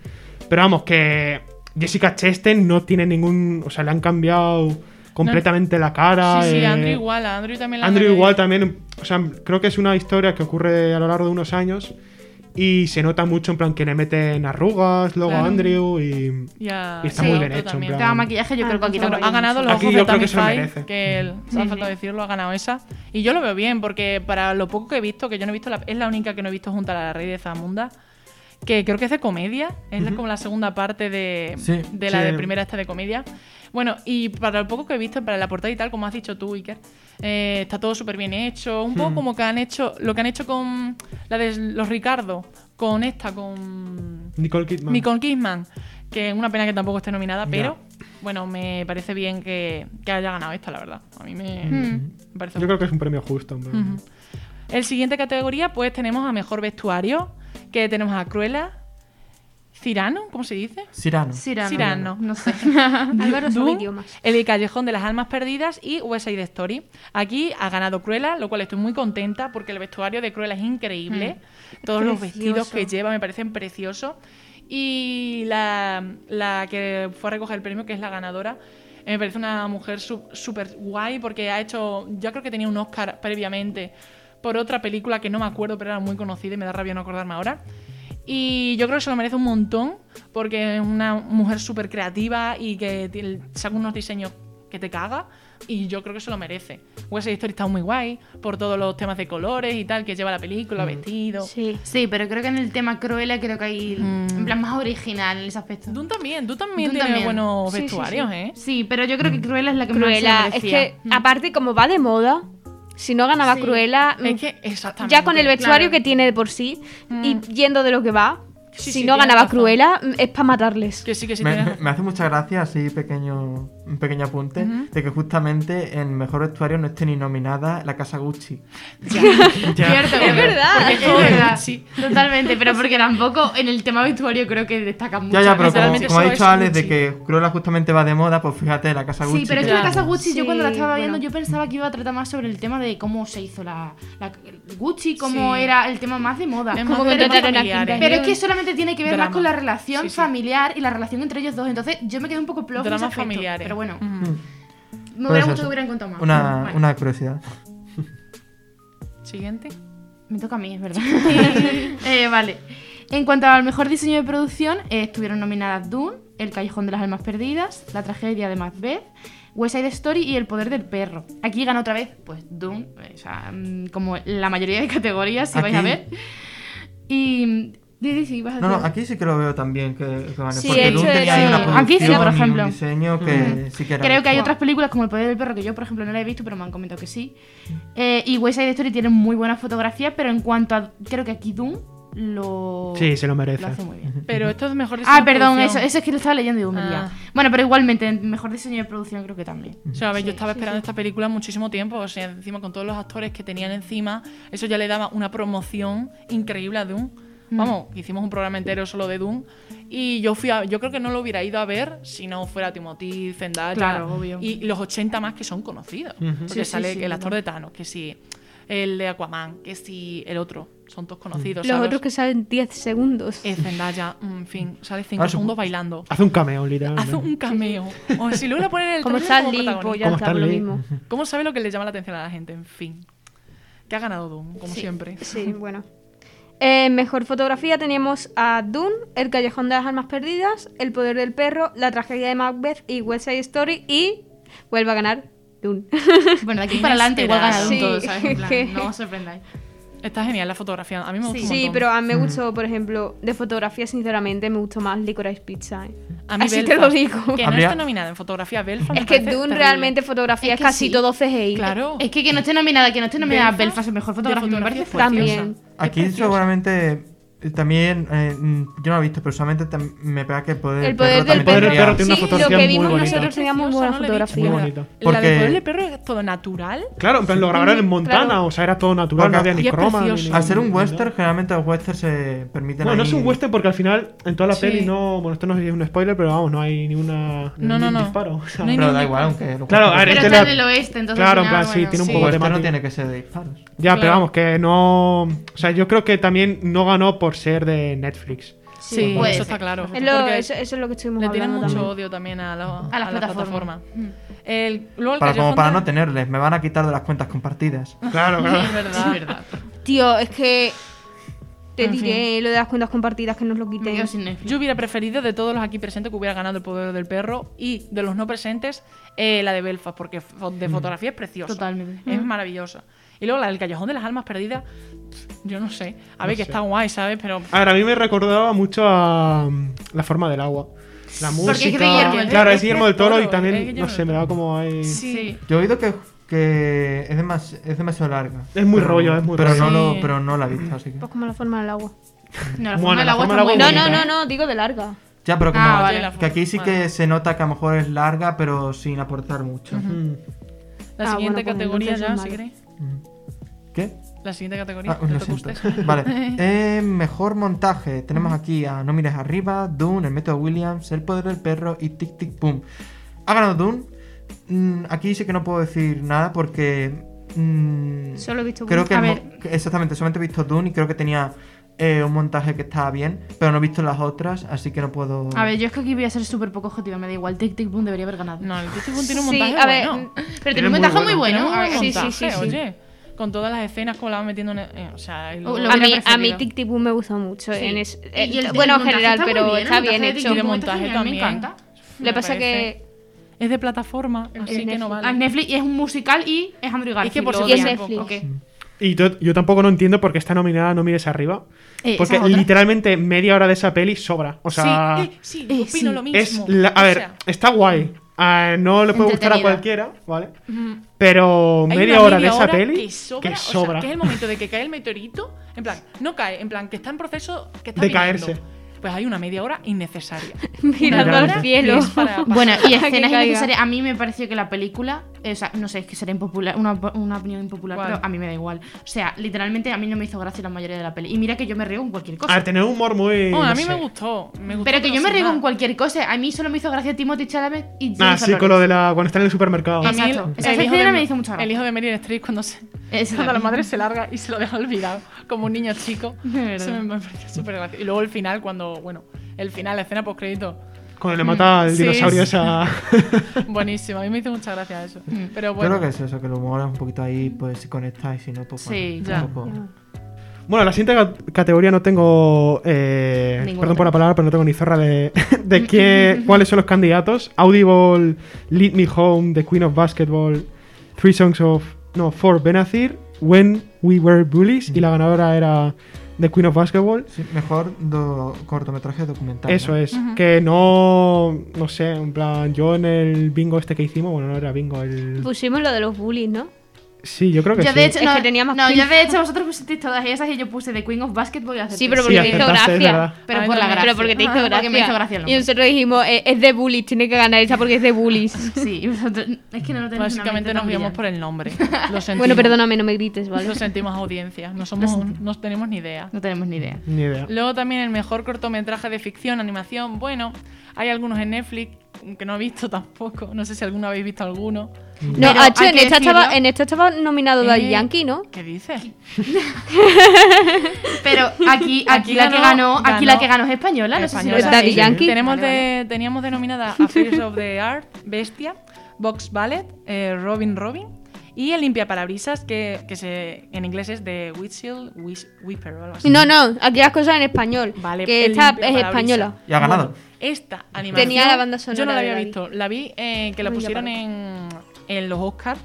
Pero vamos, que Jessica Chastain no tiene ningún, o sea, le han cambiado completamente la cara.
sí, sí,
eh,
Andrew igual. a Andrew también la
Andrew
han-
igual también, o sea, creo que es una historia que ocurre a lo largo de unos años y se nota mucho en plan que le meten arrugas luego
Claro.
a Andrew y...
Y, a-
Y está
muy
sí,
bien hecho,
otro
en
también.
plan.
Tema maquillaje, yo
Ah,
creo que aquí
pero
Bueno,
tampoco
ha
hay
ganado
mucho.
los
Aquí
ojos
yo
de
creo
Tammy
que se lo
Faye,
merece.
que él, se ha faltado decirlo, ha ganado esa. Y yo lo veo bien, porque para lo poco que he visto, que yo no he visto, la- es la única que no he visto junto a la Rey de Zamunda, que creo que es de comedia, es la- como la segunda parte de,
Sí,
de la
sí.
de primera esta de comedia. Bueno, y para lo poco que he visto, para la portada y tal, como has dicho tú, Iker, eh, está todo súper bien hecho. Un
Hmm.
poco como que han hecho, lo que han hecho con la de los Ricardo, con esta, con...
Nicole Kidman.
Nicole Kidman, que es una pena que tampoco esté nominada, pero bueno, me parece bien que, que haya ganado esta, la verdad. A mí me,
Mm.
me parece
Mm. Yo creo que es un premio justo. en plan.
El siguiente categoría, pues tenemos a mejor vestuario, que tenemos a Cruella, Cirano, ¿cómo se dice?
Cirano.
Cyrano.
Cyrano.
No sé.
Álvaro sabe
Dune,
idiomas.
El Callejón de las Almas Perdidas y West Side Story. Aquí ha ganado Cruella, lo cual estoy muy contenta porque el vestuario de Cruella es increíble. Todos los
Mm. Precioso.
vestidos que lleva me parecen preciosos. Y la, la que fue a recoger el premio, que es la ganadora, eh, me parece una mujer su- súper guay porque ha hecho, yo creo que tenía un Oscar previamente por otra película que no me acuerdo, pero era muy conocida y me da rabia no acordarme ahora. Y yo creo que se lo merece un montón porque es una mujer súper creativa y que tiene- saca unos diseños que te caga y yo creo que se lo merece. West Side Story está muy guay por todos los temas de colores y tal que lleva la película, vestido.
Mm. Sí.
Sí, pero creo que en el tema Cruella creo que hay
Mm.
en plan más original en ese aspecto.
Dune también, Dune también
Dune
tiene
también.
buenos
Sí, sí,
vestuarios, ¿eh?
Sí, pero yo creo que Cruella es la que
Cruella,
más se lo
es
merecía.
que
Mm.
aparte como va de moda, si no ganaba
Sí.
Cruella,
Es
mm,
que exactamente.
ya con el vestuario
claro.
que tiene de por sí y yendo de lo que va,
Sí,
si
sí,
no
tienes
ganaba
razón.
Cruella mm, es para matarles.
Que sí, que sí.
Me,
tienes
me- me hace mucha gracia, así pequeño, un pequeño apunte,
Ujú.
de que justamente en Mejor Vestuario no esté ni nominada la casa Gucci.
Cierto,
Es verdad.
porque
Es
todo es
verdad.
verdad. Totalmente, pero porque tampoco en el tema vestuario creo que destaca mucho.
Ya, ya, pero como,
literalmente
como ha
solo
dicho
es
Alex, de
Gucci.
que Cruella justamente va de moda, pues fíjate, la casa Gucci.
Sí, pero es
que-
que la
claro.
casa Gucci, yo cuando la
Sí,
estaba viendo,
bueno.
yo pensaba que iba a tratar más sobre el tema de cómo se hizo la, la- Gucci, cómo
Sí.
era el tema más de moda.
Es
Como
más de
contrataron a
familiares. ¿eh?
Quintanilla.
Pero es que solamente tiene que ver
Drama.
más con la relación
Sí, sí.
familiar y la relación entre ellos dos. Entonces yo me quedé un poco plof. en ese
dramas
aspecto.
familiares.
Pero bueno,
Mm.
me
Pues
hubiera
eso,
gustado que hubieran contado más.
Una,
Bueno,
una curiosidad.
Siguiente.
Me toca a mí, es verdad. Eh, vale. En cuanto al mejor diseño de producción, eh, estuvieron nominadas Dune, El Callejón de las Almas Perdidas, La Tragedia de Macbeth, West Side Story y El Poder del Perro. Aquí gana otra vez, pues Dune, eh, o sea, mm, como la mayoría de categorías, si vais a
Aquí-
ver. Y. mm, Didi, sí, vas a
No, no,
decir-
aquí sí que lo veo también que, que vale,
Sí,
porque
el
Dune
hecho de
tenía
que-
ahí una producción
Aquí sí, por
y un
ejemplo.
diseño que sí que era
Creo que hay
hecho.
otras películas como El Poder del Perro que yo, por ejemplo, no la he visto, pero me han comentado que sí. Eh, y West Side Story tiene muy buena fotografía, pero en cuanto a. Creo que aquí Dune lo.
Sí, se lo merece.
lo hace muy bien.
Pero esto es mejor diseño
Ah,
de
perdón, eso,
producción.
eso es que lo estaba leyendo y digo, me
Ah.
lía. Bueno, pero igualmente, mejor diseño de producción creo que también.
O sea, a ver, yo estaba esperando esta película muchísimo tiempo, o sea, encima con todos los actores que tenían encima, eso ya le daba una promoción increíble a Doom.
Mm.
Vamos, hicimos un programa entero solo de Doom. Y yo fui a- yo creo que no lo hubiera ido a ver si no fuera Timothy, Zendaya
Claro, obvio.
y los 80 más que son conocidos. Porque
Sí, sí,
sale
sí,
el actor
total.
de Thanos, que si el de Aquaman, que si el otro. Son todos conocidos.
Los
¿sabes?
otros que salen 10 segundos.
Eh, Zendaya, mm, en fin, sale 5
Ah, sup-
segundos bailando.
Hace un cameo, literalmente.
Hace un cameo. O si luego la ponen en el
como
tráiler como
Charlie, pues
protagonista.
ya
Como
está, pues lo
Stanley.
mismo.
¿Cómo sabe lo que le llama la atención a la gente? En fin. Que ha ganado Doom, como
Sí,
siempre.
Sí, bueno. Eh, mejor fotografía teníamos a Dune, El Callejón de las Almas Perdidas, El Poder del Perro, La Tragedia de Macbeth y West Side Story y vuelve a ganar Dune.
Bueno, de aquí para adelante igual
Inesperado.
ganaron
Sí.
todos, ¿sabes? En plan,
Que-
no os sorprendáis.
Está genial la fotografía. A mí me gusta
Sí.
un
sí,
montón.
pero a mí me gustó, por ejemplo, de fotografía, sinceramente, me gustó más Licorice Pizza. ¿eh?
A mí
Así te
Belfast,
lo digo.
Que no
Habría-
está nominada en fotografía Belfast. me
Es que
parece
Dune
terrible.
realmente fotografía
Es
es
que
casi
sí.
todo CGI.
Claro.
Es que que no esté nominada, que no esté nominada
Belfast,
Belfast, es mejor
de
fotografía, me parece
fotografía
fuerte.
preciosa.
También.
Aquí
preciosa.
seguramente eh, también, eh, mm, yo no lo he visto, pero solamente tam- me pega que el poder
El poder
perro
del
también
perro.
El poder del perro
tenía-
tiene una
sí,
fotografía
lo que
muy
vimos
bonita.
nosotros teníamos buena
Preciosa, no le he dicho
fotografía.
Muy
nada.
bonita.
La
Porque-
del poder del perro es todo natural.
Claro, en plan, lo grabaron en Montana,
claro.
o sea, era todo natural,
Porque
no había
y
ni
es
croma. ni-
precioso.
Al ser un
ni-
western, generalmente los westerns se permiten
Bueno, no es
ahí-
un western porque al final en toda la
Sí.
peli no. Bueno, esto no es un spoiler, pero vamos, no hay ninguna. ni
No, no,
un
no.
disparo. o sea.
No hay
Pero da
ningún-
igual, aunque... los
Claro, a
westerns-
ver,
Pero
este
está en
la-
el oeste, entonces
Claro,
al
en plan,
final,
sí,
bueno,
tiene un
Sí,
poco de
western no
matiz.
tiene que ser de disparos.
Ya, pero
Claro.
vamos, que no. O sea, yo creo que también no ganó por ser de Netflix.
Sí,
puede
eso
ser.
está claro.
Es Pues, lo-
Porque
eso, eso es lo que estuvimos
le tienen
hablando
mucho
también.
odio también a, la-
A Mm, las
a la
plataformas.
plataforma. El, luego el
Para, como
Callejón
para
de-
no tenerles, me van a quitar de las cuentas compartidas.
Claro,
Es verdad.
Es verdad.
Tío, es que te
En
diré lo de las cuentas compartidas que nos lo
Me quedo
quiten.
sin Netflix.
Yo hubiera preferido de todos los aquí presentes que hubiera ganado el poder del perro y de los no presentes eh, la de Belfast, porque fo- de fotografía es preciosa.
Totalmente.
Es maravillosa. Y luego la del Callejón de las Almas Perdidas, pff, yo no sé. A ver, que está guay, ¿sabes?
Ah.
Pero
A ver, a mí me recordaba mucho a. mm, La forma del agua. La
Porque es de
música.
Guillermo del Toro.
claro, es
Es de
Guillermo del Toro y
Toro, es
también,
Guillermo
no sé,
del
me
Toro.
daba como ahí.
Sí.
Yo he oído que, que es, demas- es demasiado larga.
Es muy
Pero-
rollo, es muy
pero
rollo.
No lo,
Sí.
pero no la he visto, así que...
Pues como la forma del agua.
No, la
Bueno,
forma del
la
agua
forma del
está muy
agua
No,
es
bonita,
no,
¿eh?
no, no, digo de larga.
Ya, pero como...
Ah, vale.
Que aquí sí
Vale.
que se nota que a lo mejor es larga, pero sin aportar mucho.
Mm.
La
Ah,
siguiente
bueno, pues
categoría
entonces
ya,
es
si
malo.
queréis.
¿Qué?
La siguiente categoría.
Ah,
¿te
lo
toca
pues
siento.
usted?
Vale. Eh, mejor montaje. Tenemos aquí a No mires arriba, Dune, El método Williams, El poder del perro y Tic Tic Boom. Ha ganado Dune. Mm, aquí sí que no puedo decir nada porque... mm,
Solo he visto
creo que
A
el mo-
ver.
que- Exactamente, solamente he visto Dune y creo que tenía eh, un montaje que estaba bien, pero no he visto las otras, así que no puedo...
A ver, yo es que aquí voy a ser súper poco objetiva, me da igual. Tic Tic Boom debería haber ganado.
No, el Twisted Boom tiene un
Sí,
montaje
a ver,
bueno.
Pero
Tiene
tiene un
muy
montaje muy
Tiene
bueno.
un buen
a ver, sí, sí,
montaje,
sí, sí.
oye. Con todas las escenas como la van metiendo en... eh, o sea, y
Oh,
luego-
lo
a
hubiera
mí, a mí
preferido.
Tic Tic Boom me gustó mucho. en es- eh,
Y el-
bueno,
el
en
montaje
general,
muy
pero
bien, el
está
montaje
bien
de
hecho.
Tic
y de
Tic Boom está
montaje
genial,
también.
Me encanta.
Lo que pasa
parece.
que.
Es de plataforma, así que no
Netflix. Ah,
A
vale.
Ah, Netflix y es un musical y es Andrew Garfield.
Es que por
lo
eso
Y es
odian.
Netflix.
Ok.
Y yo, yo tampoco no entiendo por qué está nominada No Mires Arriba.
Eh,
Porque
esa es otra.
literalmente media hora de esa peli sobra. O sea,
sí, eh, sí, opino
sí.
lo mismo.
es. la-
O
a ver,
sea,
está guay. Ah, no le puede gustar a
Entretenida.
cualquiera, ¿vale? Pero
hay
media
una
hora de esa
hora
peli
que sobra,
que
o sea,
sobra.
que es el momento de que cae el meteorito, en plan, no cae, en plan, que está en proceso, que está
De
viniendo.
caerse.
Pues hay una media hora innecesaria.
Mirando
Una
al
hora
cielo.
que es para pasar.
Bueno, y
Que
escenas
caiga.
innecesarias. A mí me pareció que la película, eh, o sea, no sé, es que será impopular, una, op- una opinión impopular,
¿Cuál?
pero a mí me da igual. O sea, literalmente a mí no me hizo gracia la mayoría de la peli. Y mira que yo me río con cualquier cosa.
A tener Ah, un humor muy.
Bueno, a
no
mí
sé.
me gustó, me gustó,
pero que yo me
sin
río con
más.
cualquier cosa. A mí solo me hizo gracia Timothy Chalamet y
Ah,
Jennifer
sí, con lo
Lawrence.
de la. Cuando están en el supermercado.
A mí- Exacto.
El-
Esa
el hijo
escena
de-
me hizo mucha gracia.
El hijo de Meryl Streep cuando se
Es-
cuando la madre se larga y se lo deja olvidado como un niño chico.
De verdad.
Eso me- me pareció súper gracioso. Y luego el final cuando, bueno, el final, la escena post crédito,
Cuando le mata al
Sí,
dinosaurio
sí.
esa.
buenísimo. A mí me hizo mucha gracia eso. Pero
Yo Mm. creo
bueno,
que es eso, que el humor es un poquito ahí, pues si conectáis, si no, pues
Sí,
bueno,
ya.
tampoco-
Bueno, la siguiente ca- categoría no tengo. eh,
Ninguna.
perdón por la palabra, pero no tengo ni zorra de, de qué, cuáles son los candidatos. Audible, Lead Me Home, The Queen of Basketball, Three Songs of. No, Four Benazir, When We Were Bullies, y la ganadora era The Queen of Basketball.
Sí, mejor do- cortometraje documental.
Eso es, que no. No sé, en plan, yo en el bingo este que hicimos, bueno, no era bingo, el.
Pusimos lo Pues, de los bullies, ¿no?
Sí, yo creo que
Yo
sí.
de hecho,
Es
no,
que tenía más
no,
pinta.
yo de hecho vosotros pusisteis todas esas y yo puse The Queen of Basketball y acerté.
Sí, pero
Sí,
porque te hizo
acertaste, es
gracia.
verdad.
Pero
Ay,
por
no,
la
no,
gracia.
Pero porque te hizo
Ajá,
gracia.
Porque me hizo gracia el
y
nombre.
nosotros dijimos, "Eh, es de bullies, tiene que ganar esta porque es de bullies.
Sí, y vosotros... Es que no lo tenéis
Básicamente nos guiamos por el nombre. Lo sentimos.
bueno, perdóname, no me grites, ¿vale?
Lo sentimos audiencia. No, somos, no tenemos ni idea.
No tenemos ni idea.
Ni idea.
Luego también el mejor cortometraje de ficción, animación. Bueno, hay algunos en Netflix que no he visto tampoco. No sé si alguno habéis visto alguno.
No,
Pero
Acho,
hay
en
que
esta,
decirlo.
estaba, en esta estaba nominado Daddy
Eh,
Yankee, ¿no?
¿Qué dices?
Pero aquí, aquí,
Aquí
la que ganó,
ganó-
aquí la
ganó-
que ganó es española, no sé si
Española.
lo sabéis.
Daddy Yankee.
Tenemos
Vale,
de- Teníamos denominada Affairs of the Art, Bestia, Box Ballet, eh, Robin Robin y el limpiaparabrisas que, que se, en inglés es de Whistle Whis- Whipper o algo así.
No, no, aquí las cosas en español.
Vale,
que
el
esta es
limpiaparabrisas.
española.
Y ha ganado.
Bueno, esta animación.
Tenía la banda sonora
Yo no la
de
había
Daddy.
visto. La vi eh, que la
Ay, ya
pusieron
parece.
en, en los Oscars.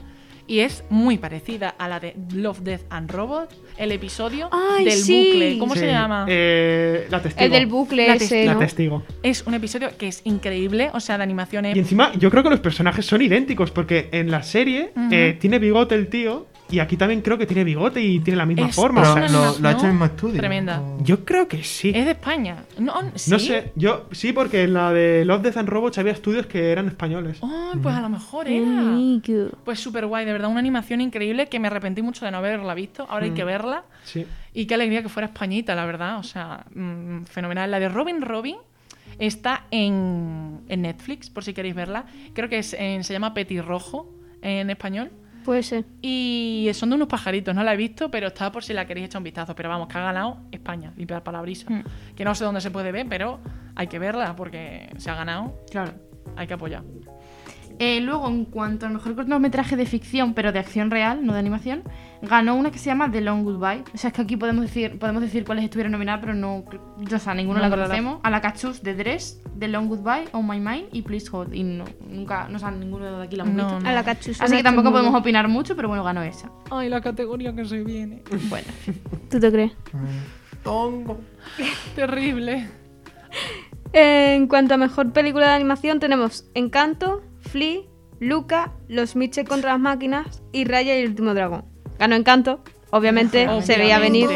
Y es muy parecida a la de Love, Death and Robots, el episodio
Ay,
del
sí.
bucle. ¿Cómo
Sí.
se llama?
Eh, la testigo.
El del bucle
La
ese,
testigo.
La
¿no?
testigo.
Es un episodio que es increíble, o sea, de animación es
Y encima, yo creo que los personajes son idénticos, porque en la serie
Ujú.
eh, tiene bigote el tío, y aquí también creo que tiene bigote y tiene la misma
Es-
forma.
Pero
o sea,
una
lo,
animación
lo ha hecho el mismo estudio. Oh.
tremenda.
O-
yo creo que sí.
Es de España. No, oh, ¿sí?
No sé, yo sí, porque en la de Love, Death and Robots había estudios que eran españoles.
Ay, pues a lo mejor
Qué
era.
rico.
Pues súper guay, de verdad, una animación increíble que me arrepentí mucho de no haberla visto. Ahora
Mm.
hay que verla.
Sí.
Y qué alegría que fuera españita, la verdad. O sea, mm, fenomenal. La de Robin Robin está en, en Netflix, por si queréis verla. Creo que es en- se llama Petirrojo en español.
Puede ser.
Y son de unos pajaritos, no la he visto, pero está por si la queréis echar un vistazo. Pero vamos, que ha ganado España, limpiar palabrisa. Que no sé dónde se puede ver, pero hay que verla porque se ha ganado,
Claro.
hay que apoyar.
Eh, luego, en cuanto al mejor cortometraje de ficción, pero de acción real, no de animación, ganó una que se llama The Long Goodbye. O sea, es que aquí podemos decir, podemos decir cuáles estuvieron nominadas, pero no, o sea, ninguno
No,
la
no la-
conocemos. A la Cachus de Dress, The Long Goodbye, On My Mind y Please Hold. Y no, nunca, no, o sea, ninguno de aquí la hemos
No,
visto.
no.
A la cachuza.
Así que tampoco podemos opinar mucho, pero bueno, ganó esa.
Ay, la categoría que se viene.
Bueno,
¿Tú te crees?
Tongo.
Terrible.
En cuanto a mejor película de animación, tenemos Encanto, Flea, Luca, Los Mitchell contra las máquinas y Raya y el último dragón. Ganó Encanto, obviamente se veía venir.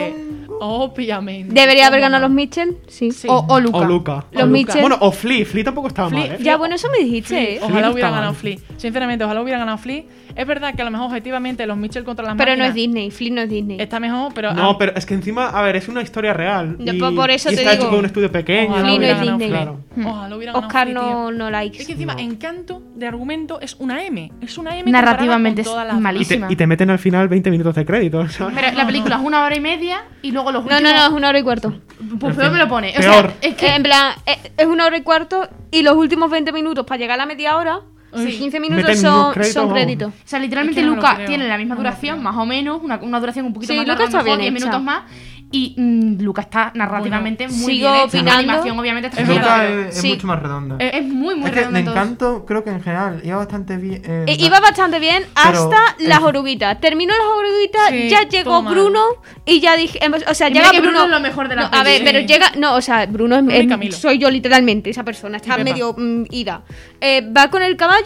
Obviamente.
¿Debería haber
¿Cómo
ganado
no?
los Mitchell? Sí.
Sí.
o, o Luca.
O Luca.
Los
O Luca.
Mitchell.
Bueno, o Flea. Flea tampoco estaba
Flea-
mal, ¿eh?
Ya, bueno, eso me dijiste, ¿eh?
Ojalá
no
hubiera
está
ganado
mal.
Flea. Sinceramente, ojalá hubiera ganado Flea. Es verdad que a lo mejor objetivamente los Mitchell contra las
Pero no
máquinas
es Disney, Flea no es Disney.
Está mejor, pero. ah.
No, pero es que encima, a ver, es una historia real.
No,
y,
por- por eso
y
te
está hecho
digo.
por un estudio pequeño.
Ojalá
Flea no
hubiera
es
ganado
Disney.
Flea.
Claro.
Ojalá hubiera ganado
Oscar
Flea,
no,
tío.
no likes.
Es que encima, Encanto de argumento es una M. Es una M. comparada
Narrativamente
con
es
todas las-
Y te,
malísima.
y te meten al final 20 minutos de crédito, ¿sabes?
Pero la película es una hora y media y luego los
No,
últimos...
no, no, es una hora y cuarto.
Pues peor me lo pone. O
Peor.
sea, es que...
En plan, eh, es una hora y cuarto y los últimos 20 minutos para llegar a la media hora,
Sí.
15 minutos
Meten
son,
unos créditos,
son
vamos.
créditos.
O sea, literalmente
Es que no me lo
Luca
creo.
tiene la misma
No me lo
duración,
creo.
más o menos, una, una duración un poquito
Sí,
más
Luca
larga,
está
a lo mejor,
bien
10
hecha.
minutos más. Y mm, Luca está narrativamente
Bueno,
muy
sigo
bien hecha.
opinando.
La animación obviamente está
Es
muy bien,
Luca
pero
es, es
Sí.
mucho más redonda.
es, muy, muy
es que de
redonda en todo.
encanto, creo que en general iba bastante bien. eh,
Eh,
na-
iba bastante bien
Pero,
hasta
eh,
las oruguitas. Terminó las oruguitas,
Sí,
ya llegó
todo mal.
Bruno y ya dije. em, O sea,
Y
llega
mira que
Bruno.
Bruno es lo mejor de la
No, A ver,
peli.
pero llega. No, o sea, Bruno es-
Bruno y
es-
Camilo.
soy yo literalmente esa persona. Está
Pepa.
medio mm, ida. Eh, va con el caballo,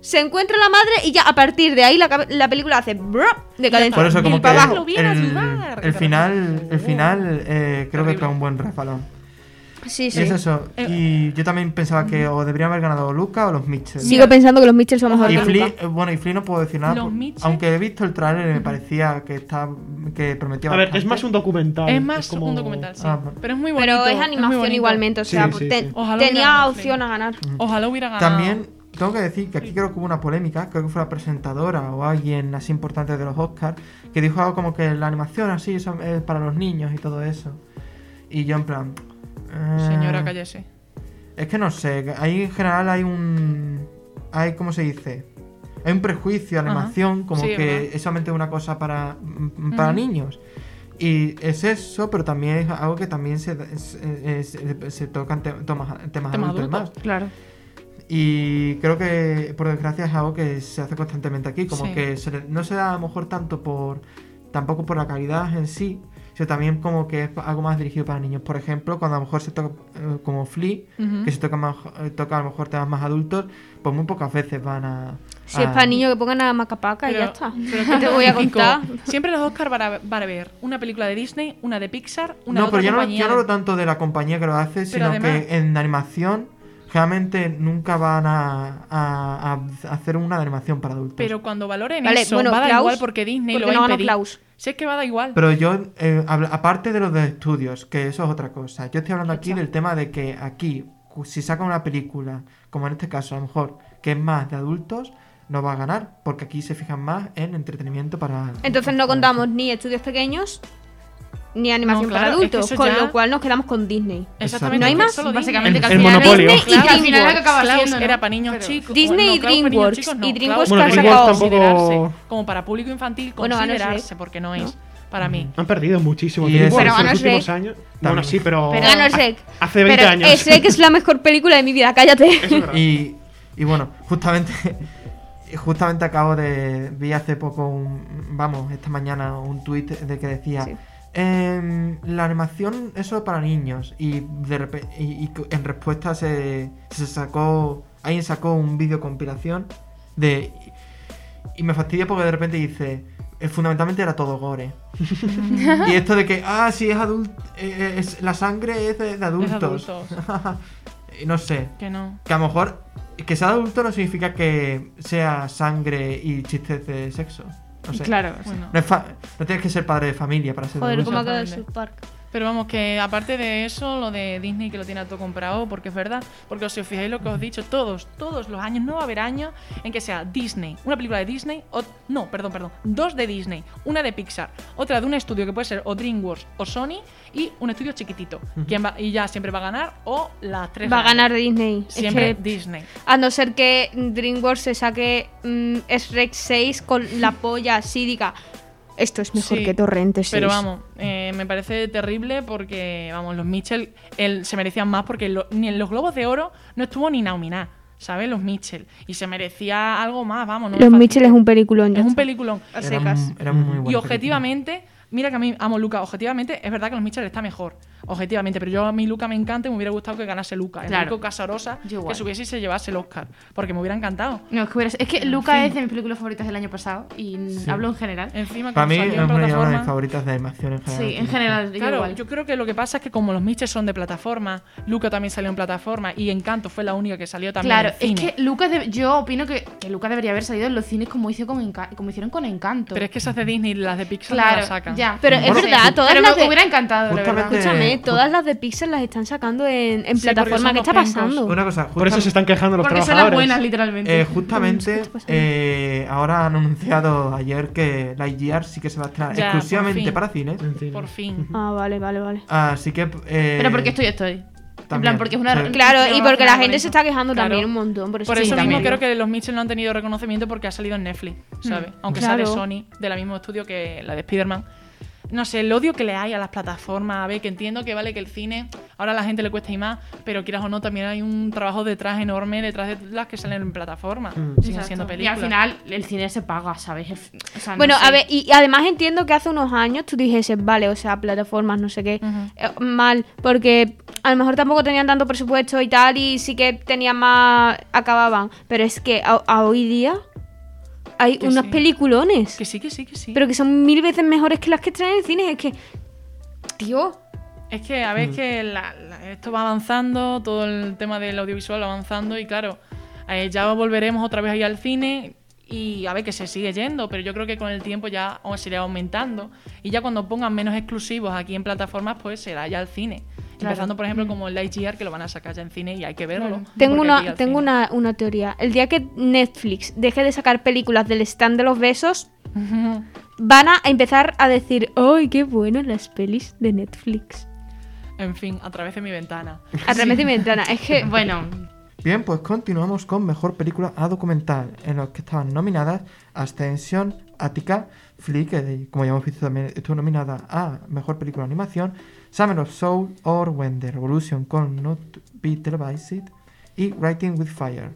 se encuentra la madre y ya a partir de ahí la, cab- la película hace. brr, de cadena.
Por eso,
Y
como
el
que
papá
el,
lo viene a
el-
ayudar.
el final, el final eh, creo que
Terrible.
fue un buen refalón.
Sí,
Y
sí.
es eso. Y yo también pensaba que o deberían haber ganado Luca o los Mitchell.
Sigo pensando que los Mitchell son mejor
y
que
Flea,
Luca.
eh, bueno, y Flea no puedo decir nada.
Los
por-
Mitchell.
aunque he visto el tráiler y me parecía que está que prometía
A ver,
bastante.
es más un documental.
Es más
como-
un documental, sí.
Ah, bueno.
Pero es muy bonito.
Pero es
muy
animación
bonito.
igualmente, o sea,
Sí, sí,
te-
sí.
Ojalá hubiera
tenía
ganado
opción
Flea.
a ganar.
Ojalá hubiera ganado.
También
Ah.
tengo que decir que aquí creo que hubo una polémica, creo que fue la presentadora o alguien así importante de los Oscars, que dijo algo como que la animación así es eh, para los niños y todo eso. Y yo en plan... eh,
Señora, cállese.
Es que no sé, ahí en general hay un... Hay, ¿cómo se dice? Hay un prejuicio a la
Ajá.
animación, como
Sí, es
que
verdad.
es solamente una cosa para, mm, para
Ujú.
niños. Y es eso, pero también es algo que también se, es- es- se, tocan te- tomas- temas,
Temas
adultos
adultos.
más.
Claro.
Y creo que, por desgracia, es algo que se hace constantemente aquí, como
Sí.
que se le- no se da a lo mejor tanto por, tampoco por la calidad en sí, sino también como que es algo más dirigido para niños. Por ejemplo, cuando a lo mejor se toca eh, como Flea,
Ujú.
que se toca, más, eh, toca a lo mejor temas más adultos, pues muy pocas veces van a...
Si es
Ah.
para niños que pongan a Macapaca y
Pero-
ya está.
pero
¿Qué te voy a
magnífico.
contar?
Siempre los Oscar van a, van a ver una película de Disney, una de Pixar, una de
No,
otra
pero yo no,
compañía.
yo no hablo tanto de la compañía que lo hace, sino
además-
que en animación generalmente nunca van a, a- a hacer una de animación para adultos.
Pero cuando valoren
Pues Vale,
eso,
bueno,
va a dar
Klaus,
igual porque Disney
¿por
lo
qué
va
no
a
ganó
impedir.
Klaus?
Si es que va a dar igual.
Pero yo, eh, habla- aparte de los de estudios, que eso es otra cosa, yo estoy hablando aquí del tema de que aquí, cu- si saca una película, como en este caso a lo mejor, que es más de adultos, no va a ganar, porque aquí se fijan más en entretenimiento para...
Entonces no
para-
contamos ni estudios pequeños ni animación
No, claro,
para
es que
adultos,
eso
con
ya- Oh.
lo cual nos quedamos con Disney.
Exactamente.
No hay
porque
más,
solo Disney.
Básicamente, que al
El
final
monopolio.
es-
Disney y
que al final es lo que acaba
Klaus
siendo, ¿no?
era para niños
Pero-
chicos.
Disney
No,
y
Klaus para niños
DreamWorks.
chicos no,
Y
Klaus
DreamWorks
Bueno,
para
que ha
DreamWorks
sacado-
tampoco-
considerarse, Como para público infantil,
Bueno, ganó
considerarse,
Shrek.
porque no es para mí.
Han perdido muchísimo
Y
tiempo
eso-
en los
Pero ganó
últimos
Shrek.
años. Bueno, sí, pero.
Pero
Ganó
ha-
Ah,
Shrek.
Hace 20
Pero
años.
eh, Shrek es la mejor película de mi vida, cállate.
Y, y bueno, justamente justamente acabo de. Vi hace poco un. Vamos, esta mañana un tuit de que decía.
Sí.
"Em, la animación es solo para niños. Y de repe- y, y co- en respuesta se, se sacó. Alguien sacó un vídeo compilación de. Y me fastidia porque de repente dice. eh, Fundamentalmente era todo gore. y esto de que, ah, sí, es adulto. la sangre es de, de adultos. Y no sé.
Que no.
Que a lo mejor que sea adulto no significa que sea sangre y chistes de sexo. No sé.
Claro.
Bueno.
No, es fa- no tienes que ser padre de familia para ser
Joder,
adulto.
cómo ha quedado el
Exactamente.
South Park.
Pero vamos, que aparte de eso, lo de Disney que lo tiene a todo comprado, porque es verdad, porque si os fijáis lo que os he dicho, todos, todos los años, no va a haber año en que sea Disney, una película de Disney, o, no, perdón, perdón, dos de Disney, una de Pixar, otra de un estudio que puede ser o DreamWorks o Sony, y un estudio chiquitito, quien va, y ya siempre va a ganar, o las tres.
Va a
grandes.
ganar Disney. Es
Siempre
que-
Disney.
a no ser que DreamWorks se saque mm, Shrek 6 con la polla así y diga, esto es mejor
Sí,
que Torrente 6.
Pero vamos, eh, me parece terrible porque, vamos, los Mitchell él, se merecían más porque lo- ni en los Globos de Oro no estuvo ni nominada, ¿sabes? Los Mitchell. Y se merecía algo más, vamos. No
Los
me
Mitchell es un peliculón.
fastidia.
ya
Es un
está.
peliculón.
A
Era
secas.
un- era muy buena
Y
película.
objetivamente, mira que a mí amo Luca, objetivamente es verdad que los Mitchell está mejor. Objetivamente, pero yo a mí Luca me encanta y me hubiera gustado que ganase Luca.
Claro.
Enrico Casarosa,
Yo igual.
que subiese y se llevase el Oscar. Porque me hubiera encantado.
No, es que, hubiera- es que Luca es de mis películas favoritas del año pasado y hablo en general.
Encima,
Para
como
mí
salió
es
en
una de
plataforma-
mis favoritas de animación en general.
Sí, en general, yo
Claro,
igual.
yo creo que lo que pasa es que como los Mitchell son de plataforma, Luca también salió en plataforma y Encanto fue la única que salió también
Claro,
en cine.
es que Lucas, de- yo opino que, que Lucas debería haber salido en los cines como, hizo con Enca- como hicieron con Encanto.
Pero es que esas de Disney, las de Pixar, no
claro,
las sacan.
ya.
Pero
No
es
sé.
verdad, todas
Pero
las
me
de-
hubiera encantado, la verdad.
Justamente-
Escúchame,
Eh,
todas las de Pixar las están sacando en, en
Sí,
plataforma. ¿Qué
porque
está
son los pencos.
pasando?
Una cosa,
Por eso se
justamente,
están quejando los
Porque son las
trabajadores.
buenas, literalmente.
eh, justamente eh, ahora han anunciado ayer que Lightyear sí que se va a estrenar
Ya, por
exclusivamente
fin.
para cines.
En fin.
Por fin.
Ah, vale, vale, vale.
Así que. eh,
Pero porque estoy, estoy. en
también,
plan, porque es una.
sí.
Claro, y
no
porque
relacionada
la
con
gente
eso.
se está quejando
Claro.
también un montón. Por eso,
Por eso
sí,
mismo
también. Mm.
creo que los Mitchell no han tenido reconocimiento porque ha salido en Netflix, ¿sabes? Aunque sea
Claro.
de Sony, de la mismo estudio que la de Spider-Man. No sé, el odio que le hay a las plataformas, a ver, que entiendo que vale que el cine ahora a la gente le cuesta y más, pero quieras o no, también hay un trabajo detrás enorme, detrás de las que salen en plataforma. Siguen
Exacto.
siendo
Y
películas.
al final, el cine se paga, ¿sabes? El- o sea, no
Bueno,
sé.
a ver, y, y además entiendo que hace unos años tú dijese, vale, o sea, plataformas, no sé qué,
Ujú.
eh, mal, porque a lo mejor tampoco tenían tanto presupuesto y tal, y sí que tenían más, acababan, pero es que a, a hoy día hay
Que
unos
sí.
peliculones,
Que sí, que sí, que sí.
pero que son mil veces mejores que las que traen en cine, es que, tío,
Es que, a
Mm.
ver, es que la- la- esto va avanzando, todo el tema del audiovisual va avanzando y claro, eh, ya volveremos otra vez ahí al cine y a ver que se sigue yendo, pero yo creo que con el tiempo ya o se irá aumentando y ya cuando pongan menos exclusivos aquí en plataformas, pues será ya al cine. Empezando, por ejemplo, como el Lightyear, que lo van a sacar ya en cine y hay que verlo.
Mm. tengo,
porque aquí
una,
al
tengo
cine-
una, una teoría, el día que Netflix deje de sacar películas del stand de los besos, van a empezar a decir, ¡ay, qué buenas las pelis de Netflix!
en fin, a través de mi ventana.
A través de mi ventana. Es que,
Bueno,
Bien, pues continuamos con Mejor Película a Documental, en los que estaban nominadas Ascension, Attica, Flea, que de- como ya hemos visto también estuvo nominada a Mejor Película de Animación, Summer of Soul, or When the Revolution Can Not Be Televised y Writing with Fire.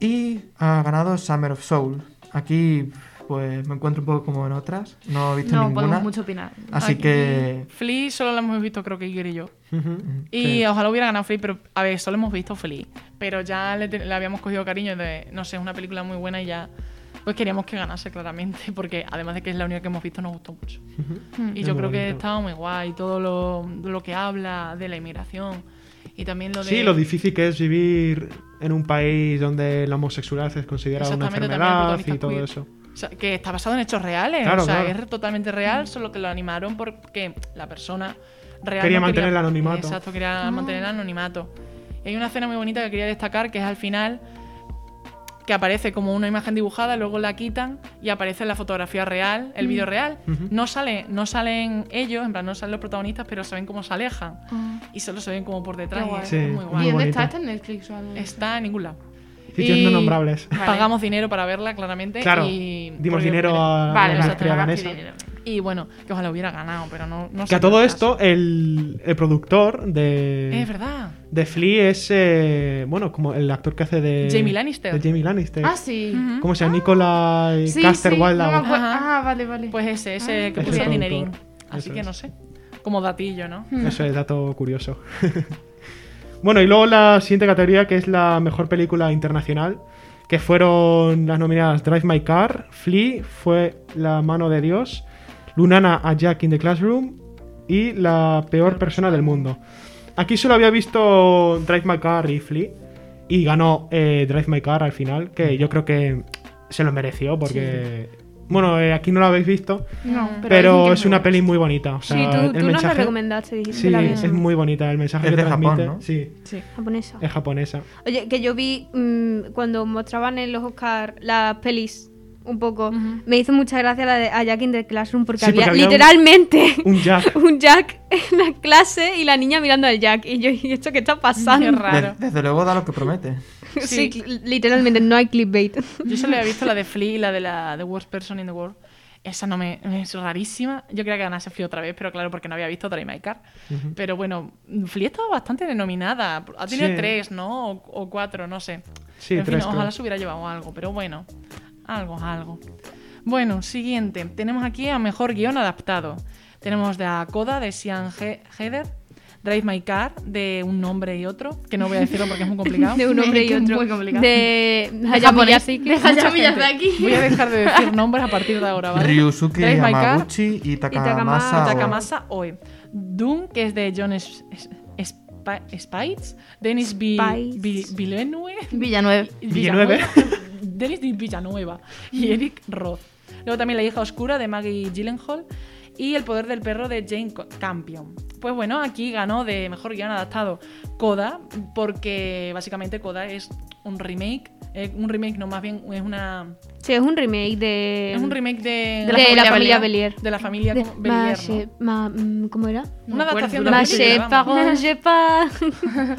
Y ha ganado Summer of Soul. Aquí pues me encuentro un poco como en otras. No he visto
No
ninguna. Ah,
podemos mucho opinar.
Así
Aquí,
que.
Flea solo la hemos visto, creo que Igor y yo.
mm,
Y
sí.
ojalá hubiera ganado Flea, pero a ver, solo hemos visto Flea. Pero ya le, te- le habíamos cogido cariño de, no sé, es una película muy buena y ya. Pues queríamos que ganase claramente, porque además de que es la única que hemos visto, nos gustó mucho. Y
Es
yo
muy
creo que
bonito.
estaba muy guay todo lo, lo que habla de la inmigración y también lo de.
Sí, lo difícil que es vivir en un país donde la homosexualidad es considerada una
Exactamente, también el
enfermedad y
protagonista
todo
queer.
eso.
O sea, que está basado en hechos reales.
Claro,
o sea,
claro.
es totalmente real, solo que lo animaron porque la persona real.
Quería mantener el anonimato.
Exacto,
Ah.
quería mantener el anonimato. Y hay una escena muy bonita que quería destacar, que es al final que aparece como una imagen dibujada, luego la quitan y aparece la fotografía real,
Mm.
el vídeo real. No sale, no salen ellos, en plan, no salen los protagonistas, pero saben cómo se alejan. Y solo se ven como por detrás.
Qué
y
guay.
es
Sí.
muy
¿Y
guay.
dónde
bonito.
está? ¿Está en Netflix o algo?
Está en ningún lado.
Sitios
Y-
no nombrables.
Vale.
Pagamos dinero para verla, claramente.
Claro,
y
dimos
porque-
dinero a
Vale,
la
exacto,
actriz
no gasté
danesa.
dinero.
Y bueno, que ojalá hubiera ganado, pero no, no
Que
sé
a todo
qué
esto, eh, el, el productor
pasa.
de,
Es verdad.
de Flea es, eh, bueno, como el actor que hace de...
Jamie Lannister.
De Jamie Lannister.
Ah, sí.
Ujú.
¿Cómo se llama? Nicolai
Sí,
Caster
sí,
Waldau.
no me acuerdo.
Ajá.
Ah, vale, vale.
Pues ese,
Ah.
ese que
Ese
puso el
productor.
dinerín. Así
Eso
que
es.
no sé. Como datillo, ¿no?
Eso es dato curioso. bueno, y luego la siguiente categoría que es la mejor película internacional, que fueron las nominadas Drive My Car, Flea, fue La mano de Dios, Lunana a Jack in the Classroom y La peor persona del mundo. Aquí solo había visto Drive My Car y Flea y ganó eh, Drive My Car al final, que yo creo que se lo mereció porque... Bueno, eh, aquí no lo habéis visto,
No, pero,
pero,
dicen que
es una
muy
peli muy bonita. O sea,
sí, tú,
el
tú nos la
mensaje-
recomendaste, dijiste
Sí,
la vez
es muy bonita el mensaje
Es
que
de
transmite.
Japón, ¿no?
Sí,
japonesa.
es japonesa.
Oye, que yo vi mm, cuando mostraban en los Oscar las pelis un poco, me hizo mucha gracia la de A Jack in the Classroom porque
Sí,
había
porque había un-
literalmente
Un Jack.
un Jack en la clase y la niña mirando al Jack. Y yo, ¿y esto qué está pasando?
Qué raro.
De- desde luego da lo que promete.
Sí,
Sí.
cl- literalmente, no hay clickbait.
Yo solo había visto la de Flea y la de la The Worst Person in the World. Esa no me. Es rarísima. Yo creía que ganase Flea otra vez, pero claro, porque no había visto Drive My Car.
Mm.
Pero bueno, Flea estaba bastante denominada. Ha tenido
Sí.
tres, ¿no? O, o cuatro, no sé.
Sí,
en fin,
tres,
ojalá
creo.
se hubiera llevado algo, pero bueno. Algo, algo. Bueno, siguiente. Tenemos aquí a mejor guión adaptado. Tenemos de Coda de Sian He- Heather, Drive My Car, de un nombre y otro, que no voy a decirlo porque es muy complicado.
De un hombre y
Es muy
otro.
complicado.
De Hayao
japonés.
Miyazaki.
Deja ya
Mucha gente.
Miyazaki.
Voy a dejar de decir nombres a partir de ahora, ¿vale?
Ryusuke
Drive My Car,
Yamaguchi y Takamasa.
Takama-
Oe.
Takamasa Oe. Doom, que es de John Es- Es- Espa- Spites. Denis Vi-
Spites.
Vi- Villeneuve.
Villanueva. Mm.
Villeneuve.
Denis de Villanueva. Y Eric Roth. Luego también La hija oscura de Maggie Gyllenhaal. Y El poder del perro de Jane Co- Campion. Pues bueno, aquí ganó de mejor guión adaptado Coda, porque básicamente Coda es un remake. eh, un remake, no, más bien es una.
Sí, es un remake de.
Es un remake de.
Em, de la, familia,
Bellier.
Belier.
de la familia
De-
como- Bellier, ¿no?
Mache- ma- mm, ¿Cómo era?
No
Una
me acuerdo,
adaptación de
pero
la
me
película,
Mache,
vamos.
Pagon, Jepa.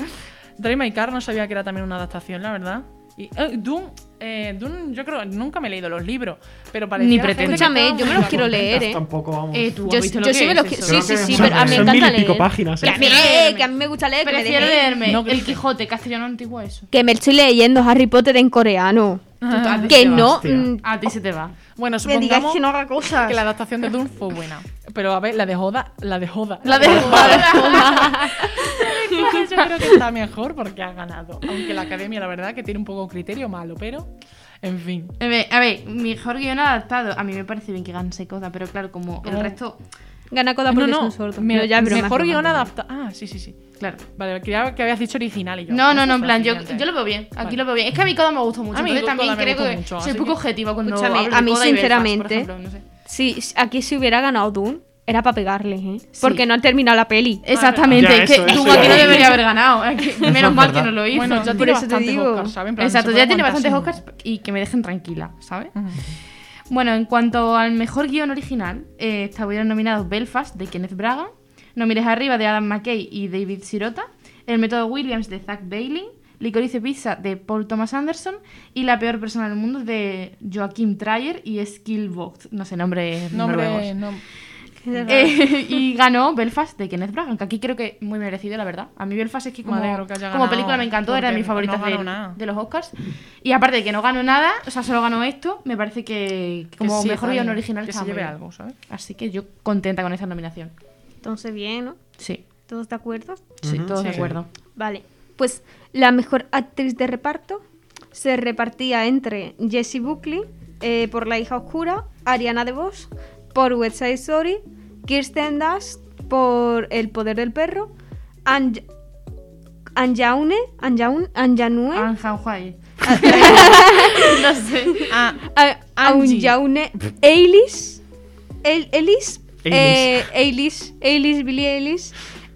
Dream My Car no sabía que era también una adaptación, la verdad. Y eh, Doom, eh, Doom, yo creo, nunca me he leído los libros, pero parecía
Ni
la gente
pretendo.
que
Escúchame,
estaba
yo me
muy
los quiero
contenta.
leer, ¿eh?
Tampoco vamos.
Eh, tú has
Yo,
visto lo
yo
que
sí me
es
lo qui-
eso?
Sí, sí, sí,
Son-
pero a mí me
son
encanta
mil y pico
leer.
páginas, ¿eh?
Que a mí- eh, que a mí me gusta leer, que me
Prefiero
dejéis.
leerme
No
El
grites.
Quijote castellano antiguo a eso.
Que me estoy leyendo Harry Potter en coreano.
Total, te
Que
vas.
no.
hostia.
mm,
A ti se te va.
Bueno,
Me digáis
supongamos
que
que,
no haga cosas.
la adaptación de Doom fue buena. Pero a ver, la de Joda, la de Joda.
La de
yo creo que está mejor porque ha ganado. Aunque la academia, la verdad, que tiene un poco criterio malo, pero en fin.
A ver, a ver, mejor guión adaptado. A mí me parece bien que ganse cosa, pero claro, como el
No.
resto.
Gana coda
no,
porque es
no,
un sordo.
me-
No, ya es broma.
mejor guión adaptado. Ah, sí, sí, sí.
Claro.
Vale, creía que habías dicho original y yo.
No, no, no,
sé,
en plan, yo,
fascinante.
yo lo veo bien. Aquí
Vale.
lo veo bien. Es que a mi coda me gustó mucho.
A mí
entonces
Coda
también
me
creo
gustó
que
mucho,
soy
así
poco
que-
objetiva cuando
Escúchame,
hablo de
a mí,
Coda y Belfast, por
sinceramente,
ejemplo, no sé.
Si si aquí se hubiera ganado Doom, era para pegarle, ¿eh?
Sí.
Porque no han terminado la peli.
Exactamente,
Ya,
es que
eso, eso
tú
ya.
aquí no debería haber ganado. es que menos mal que
verdad.
no lo hizo.
Bueno, ya
Por
tiene
eso te
bastantes
digo.
Oscars, ¿sabes? En plan,
Exacto,
se
ya
puede
tiene
aguantar
bastantes
sin-
Oscars y que me dejen tranquila, ¿sabes? Bueno, en cuanto al mejor guión original, eh, estuvieron nominados Belfast de Kenneth Braga, No mires arriba de Adam McKay y David Sirota, El método Williams de Zach Bailey, Licorice Pizza de Paul Thomas Anderson y La peor persona del mundo de Joachim Trier y Skillbox, no sé, nombre
Nombre, no,
Eh, y ganó Belfast de Kenneth Branagh, que aquí creo que muy merecido, la verdad. A mí Belfast es que como,
Me alegro que haya
como
ganado,
película me encantó, era de
porque no
mis favoritas
ganó nada.
de, de los Oscars. Y aparte de que no ganó nada, o sea, solo ganó esto, me parece que que como
Que sí,
mejor
está
guión
bien,
original
Que
está
se
muy
lleve
bien.
algo, ¿sabes?
Así que yo contenta con esa nominación.
Entonces, bien, ¿no?
Sí,
¿Todos de acuerdo?
sí, todos de
Sí.
acuerdo.
Vale. Pues la mejor actriz de reparto se repartía entre Jessie Buckley eh, por La hija oscura, Ariana DeVos por West Side Story, Kirsten Dunst por El poder del perro, Anj- Anjaune, Anjaun, Anjanue,
Anja Huay. no sé.
Ah,
a-
Angie.
Anjaune, Eilis, El- Elis,
Eilis.
eh, Eilis, Eilis, Billie Eilis,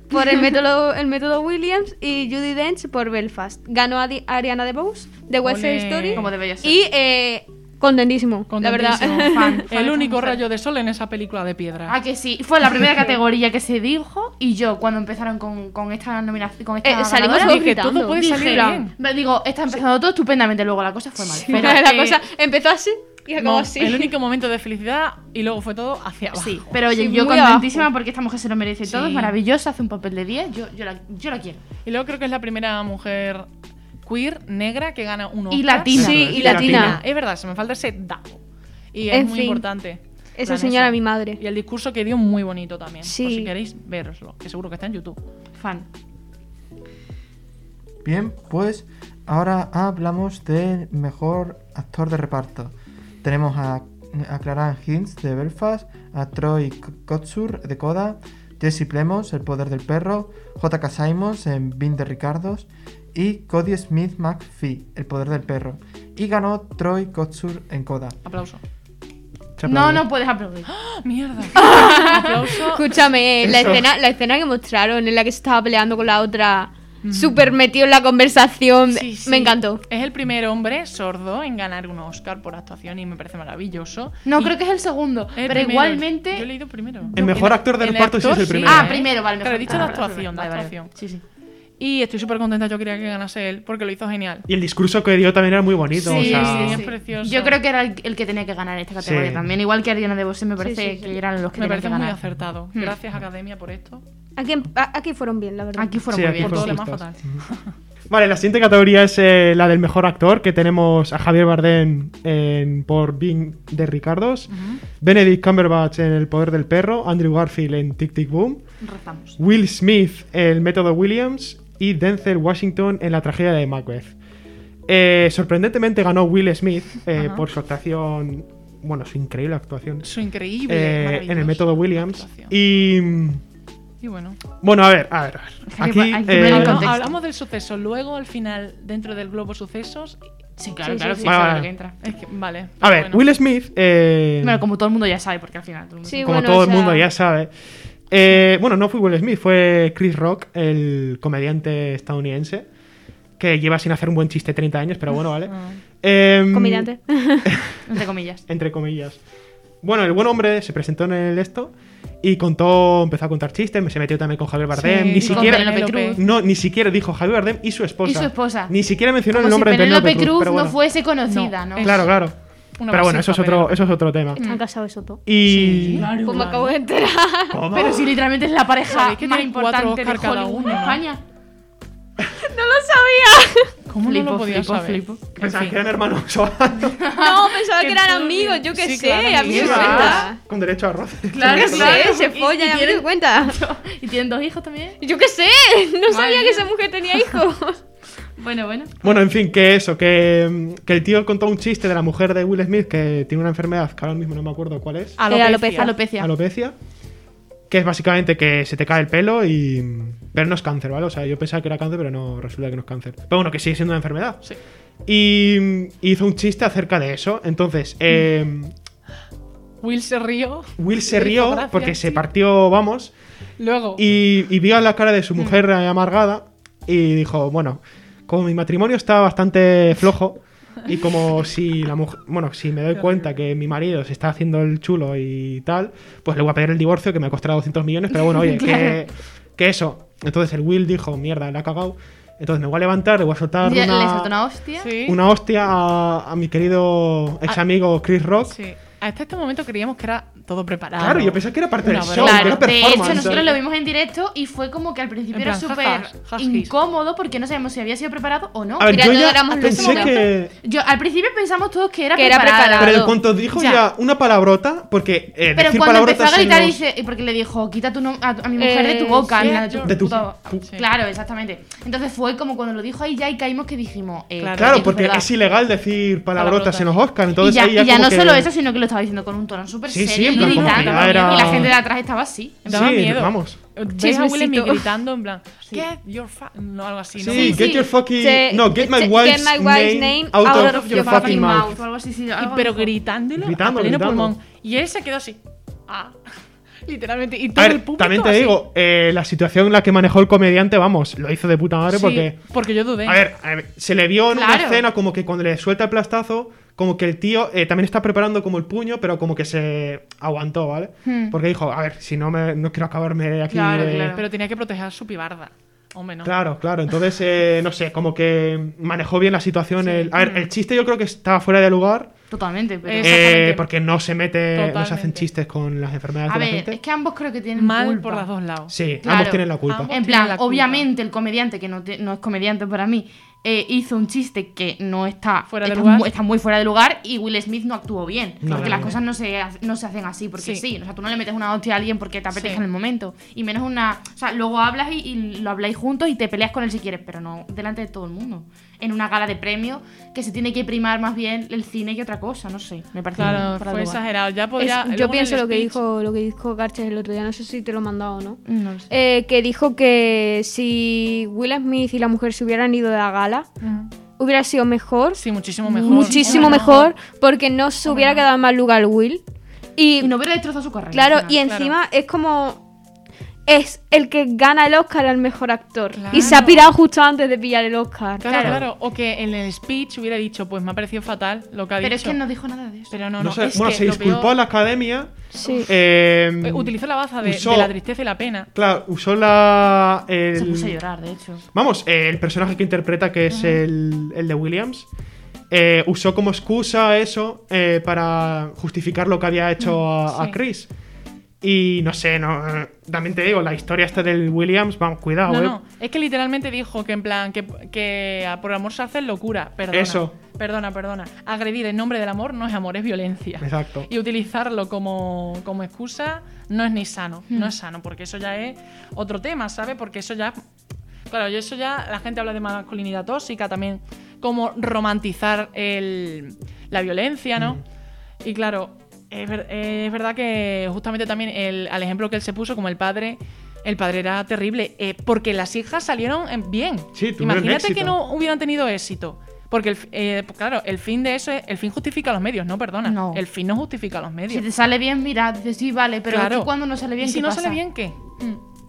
por el método, el método Williams y Judy Dench por Belfast. Ganó Adi- Ariana DeBose de West Side
Ole.
Story
Como debería ser.
y eh, contentísimo, la verdad.
Contentísimo.
Fan, fan,
el único
fan, fan.
rayo de sol en esa película de piedra.
Ah, que sí, fue la primera categoría que se dijo y yo cuando empezaron con, con esta nominación, con esta
Eh, salimos
ganadora,
todos
dije, todo
gritando.
puede
dije,
salir bien.
"Plan", digo, está empezando todo estupendamente, luego la cosa fue mal.
Pero
pero
la
que-
cosa empezó así y acabó
No,
así.
El único momento de felicidad y luego fue todo hacia abajo.
Sí, pero oye,
Sí,
yo
muy abajo.
contentísima porque esta mujer se lo merece todo, es
Sí.
maravillosa, hace un papel de 10, yo, yo, la, yo la quiero.
Y luego creo que es la primera mujer queer negra que gana un
Y
Oscar.
latina.
Sí,
Eso es,
y
y
latina.
latina.
Es verdad, se me falta ese dato. Y es
En
muy
fin.
importante.
Eso,
Plan,
señora, mi madre.
Y el discurso que dio muy bonito también.
Sí.
Por si queréis veroslo, que seguro que está en YouTube.
Fan.
Bien, pues ahora hablamos del mejor actor de reparto. Tenemos a, a Clara Hinds de Belfast, a Troy Kotsur de Coda, Jesse Plemons, El Poder del Perro, J.K. Simons en Vin de Ricardos y Cody Smith McPhee, El Poder del Perro. Y ganó Troy Kotsur en Coda.
Aplauso.
Se
¿eh?
No,
aplaude.
no puedes aplaudir.
¡Ah, ¡Mierda! Aplauso.
Escúchame, eh, la
Eso.
escena, la escena que mostraron en la que se estaba peleando con la otra, súper metido en la conversación,
Sí, sí.
me encantó.
Es el primer hombre sordo en ganar un Oscar por actuación y me parece maravilloso.
No,
Y
creo que es el segundo,
es el
pero
primero. Yo he
igualmente...
leído primero.
El mejor actor de
el
reparto sí es
actor,
el
sí.
primero.
Ah,
¿eh?
primero, vale. Ah,
Claro, he dicho de
la
actuación, de actuación.
Sí, sí.
Y estoy súper contenta, yo quería que ganase él porque lo hizo genial.
Y el discurso que dio también era muy bonito.
Sí,
o sea,
sí,
es
sí.
precioso.
Yo creo que era el, el que tenía que ganar esta categoría
Sí.
también. Igual que Ariana DeBose me parece
sí, sí.
que eran los que
Me
tenían que
parece muy
ganar.
acertado.
Hmm.
Gracias, Academia, por esto.
Aquí, a- aquí fueron bien, la verdad.
Aquí fueron
Sí,
muy
aquí
bien.
Por todo lo
fueron
demás, fatal.
justos. Vale, la siguiente categoría es eh, la del mejor actor, que tenemos a Javier Bardem en, por Bing de Ricardos, Benedict Cumberbatch en El Poder del Perro, Andrew Garfield en Tic Tic Boom,
Rezamos.
Will Smith en El Método Williams y Denzel Washington en La Tragedia de Macbeth. Eh, sorprendentemente ganó Will Smith eh,
Ajá.
por su actuación, bueno, su increíble actuación
Su increíble.
eh, en El
maravillosa
Método Williams.
actuación. Y,
Y mm,
bueno.
bueno, a ver, a ver. a ver.
Hay
Aquí,
que- hay que poner
eh,
en
Habla-
contexto.
hablamos del suceso. Luego, al final, dentro del globo sucesos.
Sí, claro,
Sí,
claro,
sí,
sí,
sí.
sabe
Vale,
lo
vale.
que entra.
Es que, vale.
a ver,
bueno.
Will Smith. eh,
Bueno, como todo el mundo ya sabe, porque al final. todo el mundo-
Sí,
como
bueno,
todo
o
el mundo
sea,
ya sabe. Eh, bueno, no fue Will Smith, fue Chris Rock, el comediante estadounidense, que lleva sin hacer un buen chiste 30 años, pero bueno, vale.
Ah.
Em,
Comediante.
Entre comillas.
Entre comillas. Bueno, el buen hombre se presentó en el esto y contó, empezó a contar chistes, se metió también con Javier Bardem,
Sí,
ni
con
siquiera...
Penélope
Penélope.
Cruz.
No, ni siquiera dijo Javier Bardem y su esposa.
Y su esposa.
Ni siquiera mencionó
Como
el
si
nombre de
Penélope Cruz
pero
no pues,
bueno.
fuese conocida, ¿no?
No,
Claro, claro.
Una
Pero bueno, eso es
vasija,
otro,
pero-
eso es otro tema.
Están casados esos dos.
Y...
Pues me acabo de enterar.
¿Cómo?
Pero si literalmente es la pareja
¿Sabéis que
más
tienen cuatro
importante de
Oscar cada
Hollywood
uno,
en
no?
España.
¿Cómo no
Flipo,
lo podía
flipo,
saber?
flipo.
En
Pensaba
fin.
que eran hermanos o algo,
No, pensaba que eran
turbio.
amigos, yo qué
Sí,
sé,
claro,
a mí me
amigos.
cuenta.
con derecho a roce.
Yo qué sé, se
Y- y
follan, a mí me
tienen-
cuenta.
¿Y tienen dos hijos también?
Yo qué sé, no sabía que esa mujer tenía hijos.
Bueno, bueno.
Bueno, en fin, que eso, que, mm, que el tío contó un chiste de la mujer de Will Smith que tiene una enfermedad que ahora mismo no me acuerdo cuál es,
Era
Alopecia.
Eh, Alopecia.
alopecia, que es básicamente que se te cae el pelo y... mm, Pero no es cáncer, ¿vale? O sea, yo pensaba que era cáncer, pero no, resulta que no es cáncer. Pero bueno, que sigue siendo una enfermedad.
Sí.
Y mm, hizo un chiste acerca de eso, entonces... eh,
Will se rió.
Will se
Hizo
rió
gracia,
porque se
sí.
partió, vamos,
Luego.
y, y vio la cara de su mujer eh, amargada y dijo, bueno, como mi matrimonio está bastante flojo y como si la mujer, bueno, si me doy cuenta que mi marido se está haciendo el chulo y tal, pues le voy a pedir el divorcio que me costará 200 millones, pero bueno, oye, que, que eso. Entonces el Will dijo, mierda, la ha cagado. Entonces me voy a levantar, le voy a soltar
Ya-
una,
Le saltó una hostia.
sí.
una hostia a, a mi querido ex amigo Chris Rock.
Sí. Hasta este momento creíamos que era todo preparado.
Claro, yo pensaba que era parte
Una
del
broma.
show, que
Claro,
era
de
performance.
hecho nosotros
¿sabes?
lo vimos en directo y fue como que al principio
En
era
plan,
súper
jajas, jajas.
incómodo porque no sabíamos si había sido preparado o no.
A ver,
Mira,
yo
todos
ya
éramos los
pensé
mismos.
que...
Yo al principio pensamos todos que era
Que era
preparada.
preparada.
Pero en
Claro.
cuanto dijo
Ya.
ya, una palabrota, porque eh,
Pero
decir
cuando empezó
palabrotas
a
en
gritar
los-
dice- y porque le dijo, quita tu nom- a, tu- a mi mujer de tu
Eh,
boca,
sí,
ni de tu,
de tu-
puta-
pu-
Sí.
Claro, exactamente. Entonces fue como cuando lo dijo ahí ya y caímos que dijimos, eh,
Claro,
esto
Claro,
es
porque
verdad.
es ilegal decir palabrotas
Palabrotas.
en los Oscars,
Y
entonces
ya,
ahí ya
y ya
como
no
que-
solo eso, sino que lo estaba diciendo con un tono súper
Sí, sí,
serio
en
y
plan como
gritando.
que era-
Y la gente de atrás estaba así.
Daba
Sí,
miedo.
vamos.
Veis a Will Smith
Chismecito.
gritando en plan, get your fa No, algo así. ¿no?
Sí,
sí,
get
sí.
your fucking...
Sí,
no, get my
get
wife's,
my wife's
name,
name
out, of, your fucking, mouth.
O algo así, sí,
Y-
algo
pero
dijo.
gritándolo
Gritando,
a pleno
gritando.
pulmón. Y él se quedó así. Ah. Literalmente. Y todo
A
el
ver,
público
también te
así.
digo, eh, la situación en la que manejó el comediante, vamos, lo hizo de puta madre
Sí,
porque...
porque yo dudé.
A ver, a ver, se le vio en una
Claro.
escena como que cuando le suelta el plastazo, como que el tío eh, también está preparando como el puño, pero como que se aguantó, ¿vale?
Hmm.
Porque dijo, a ver, si no me no quiero acabarme aquí.
Claro,
eh,
claro.
Pero tenía que proteger a su pibarda. Hombre, no.
Claro, claro. Entonces, eh, no sé, como que manejó bien la situación. el- a ver,
Hmm.
el chiste yo creo que estaba fuera de lugar.
Totalmente, pero...
Eh,
eh,
Exactamente.
porque no se mete, no se hacen
Totalmente.
chistes con las enfermedades
a
de la
ver,
gente.
es que ambos creo que tienen
Mal
culpa.
por los dos lados.
Sí,
Claro.
ambos tienen la culpa.
Ambos.
En
tiene
plan,
la culpa.
obviamente el comediante, que no, te- no es comediante para mí, eh, hizo un chiste que no está,
Fuera de
está,
lugar.
mu- está muy fuera de lugar y Will Smith no actuó bien.
No,
porque
no,
las
no.
cosas no se, ha- no se hacen así, porque sí.
Sí.
O sea, tú no le metes una hostia a alguien porque te apetece
Sí.
en el momento. Y menos una. O sea, luego hablas y, y lo habláis juntos y te peleas con él si quieres, pero no delante de todo el mundo. En una gala de premios que se tiene que primar más bien el cine que otra cosa, no sé. Me parece
Claro,
fuera de
fue
Mm. lugar.
exagerado. Pues Ya
Es-
podía, luego
yo
en
pienso
el
lo que
speech-
dijo lo que dijo Garches el otro día, no sé si te lo he mandado o no.
No lo sé.
Eh, que dijo que si Will Smith y la mujer se hubieran ido de la gala, hubiera sido mejor,
Mm. Sí, muchísimo mejor.
muchísimo
Hombre, no.
mejor, porque no se hubiera quedado en mal lugar Will. Y,
Eh,
Y no hubiera destrozado su carrera.
claro,
al
y
final.
encima es como. Es el que gana el Oscar al mejor actor. Y
Claro.
se ha pirado justo antes de pillar el Oscar.
Claro,
Claro.
claro, O que en el speech hubiera dicho, pues me ha parecido fatal lo que ha
Pero es
dicho.
que no dijo nada de eso.
Pero
No
no, no.
sé,
es
bueno,
que
se
lo
disculpó
peor-
a la academia.
Sí.
eh,
eh, Utilizó la baza de,
Usó-
de la tristeza y la pena.
Claro, usó la.
Se
El,
puso a llorar, de hecho.
Vamos, eh, el personaje que interpreta, que es el, el de Williams, eh, usó como excusa eso eh, para justificar lo que había hecho a, a
sí.
Chris. Y no sé, no, eh, también te digo, la historia esta del Williams, vamos, cuidado,
No,
eh.
no, es que literalmente dijo que en plan, que, que a por amor se hace locura, perdona.
Eso.
Perdona, perdona. Agredir en nombre del amor no es amor, es violencia.
Exacto.
Y utilizarlo como, como excusa no es ni sano,
Hmm.
no es sano, porque eso ya es otro tema, ¿sabes? Porque eso ya... Claro, y eso ya la gente habla de masculinidad tóxica también, como romantizar el, la violencia, ¿no?
Hmm.
Y claro, es, ver- es verdad que justamente también el, al ejemplo que él se puso, como el padre, el padre era terrible, eh, porque las hijas salieron en- bien.
Sí, tuvieron
Imagínate
éxito.
que no hubieran tenido éxito. Porque, el, f- eh, pues claro, el fin de eso es. El fin justifica los medios, no, perdona.
No.
El fin no justifica los medios.
Si te sale bien, mira, dices, sí, vale, pero
Claro.
aquí cuando no sale bien,
¿Y si
¿qué
no
pasa? Mm.
sale bien, ¿qué?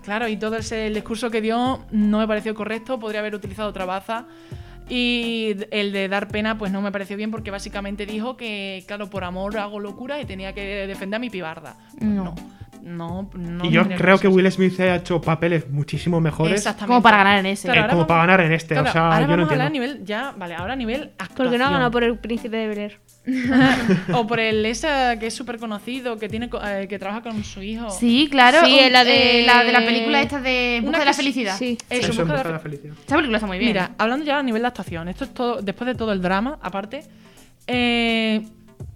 Claro, y todo ese, el discurso que dio no me pareció correcto, podría haber utilizado otra baza. Y el de dar pena, pues no me pareció bien, porque básicamente dijo que, claro, por amor hago locura y tenía que defender a mi pibarda. Pues
No.
No, no. no
y yo
tendría
creo que
ser.
Will Smith ha hecho papeles muchísimo mejores eh,
Exactamente.
Como para ganar en ese.
Claro, ahora
como
vamos-
para ganar en este.
Claro,
o sea, yo
ahora
no
vamos a hablar a
entiendo.
nivel, ya, vale, ahora a nivel
Porque no ha
actuación.
ganado por el príncipe de Bel Air.
O por el esa que es súper conocido, que, tiene, co- eh, que trabaja con su hijo.
Sí, claro.
Sí,
un-
la de-
eh, la de la película esta de
Una
Busca de
que
la
es-
Felicidad.
Sí.
Eso
Eso,
es
busca la
mujer de
fe-
la felicidad.
Esta película está muy bien.
Mira, hablando ya a nivel de actuación, esto es todo, después de todo el drama, aparte, eh,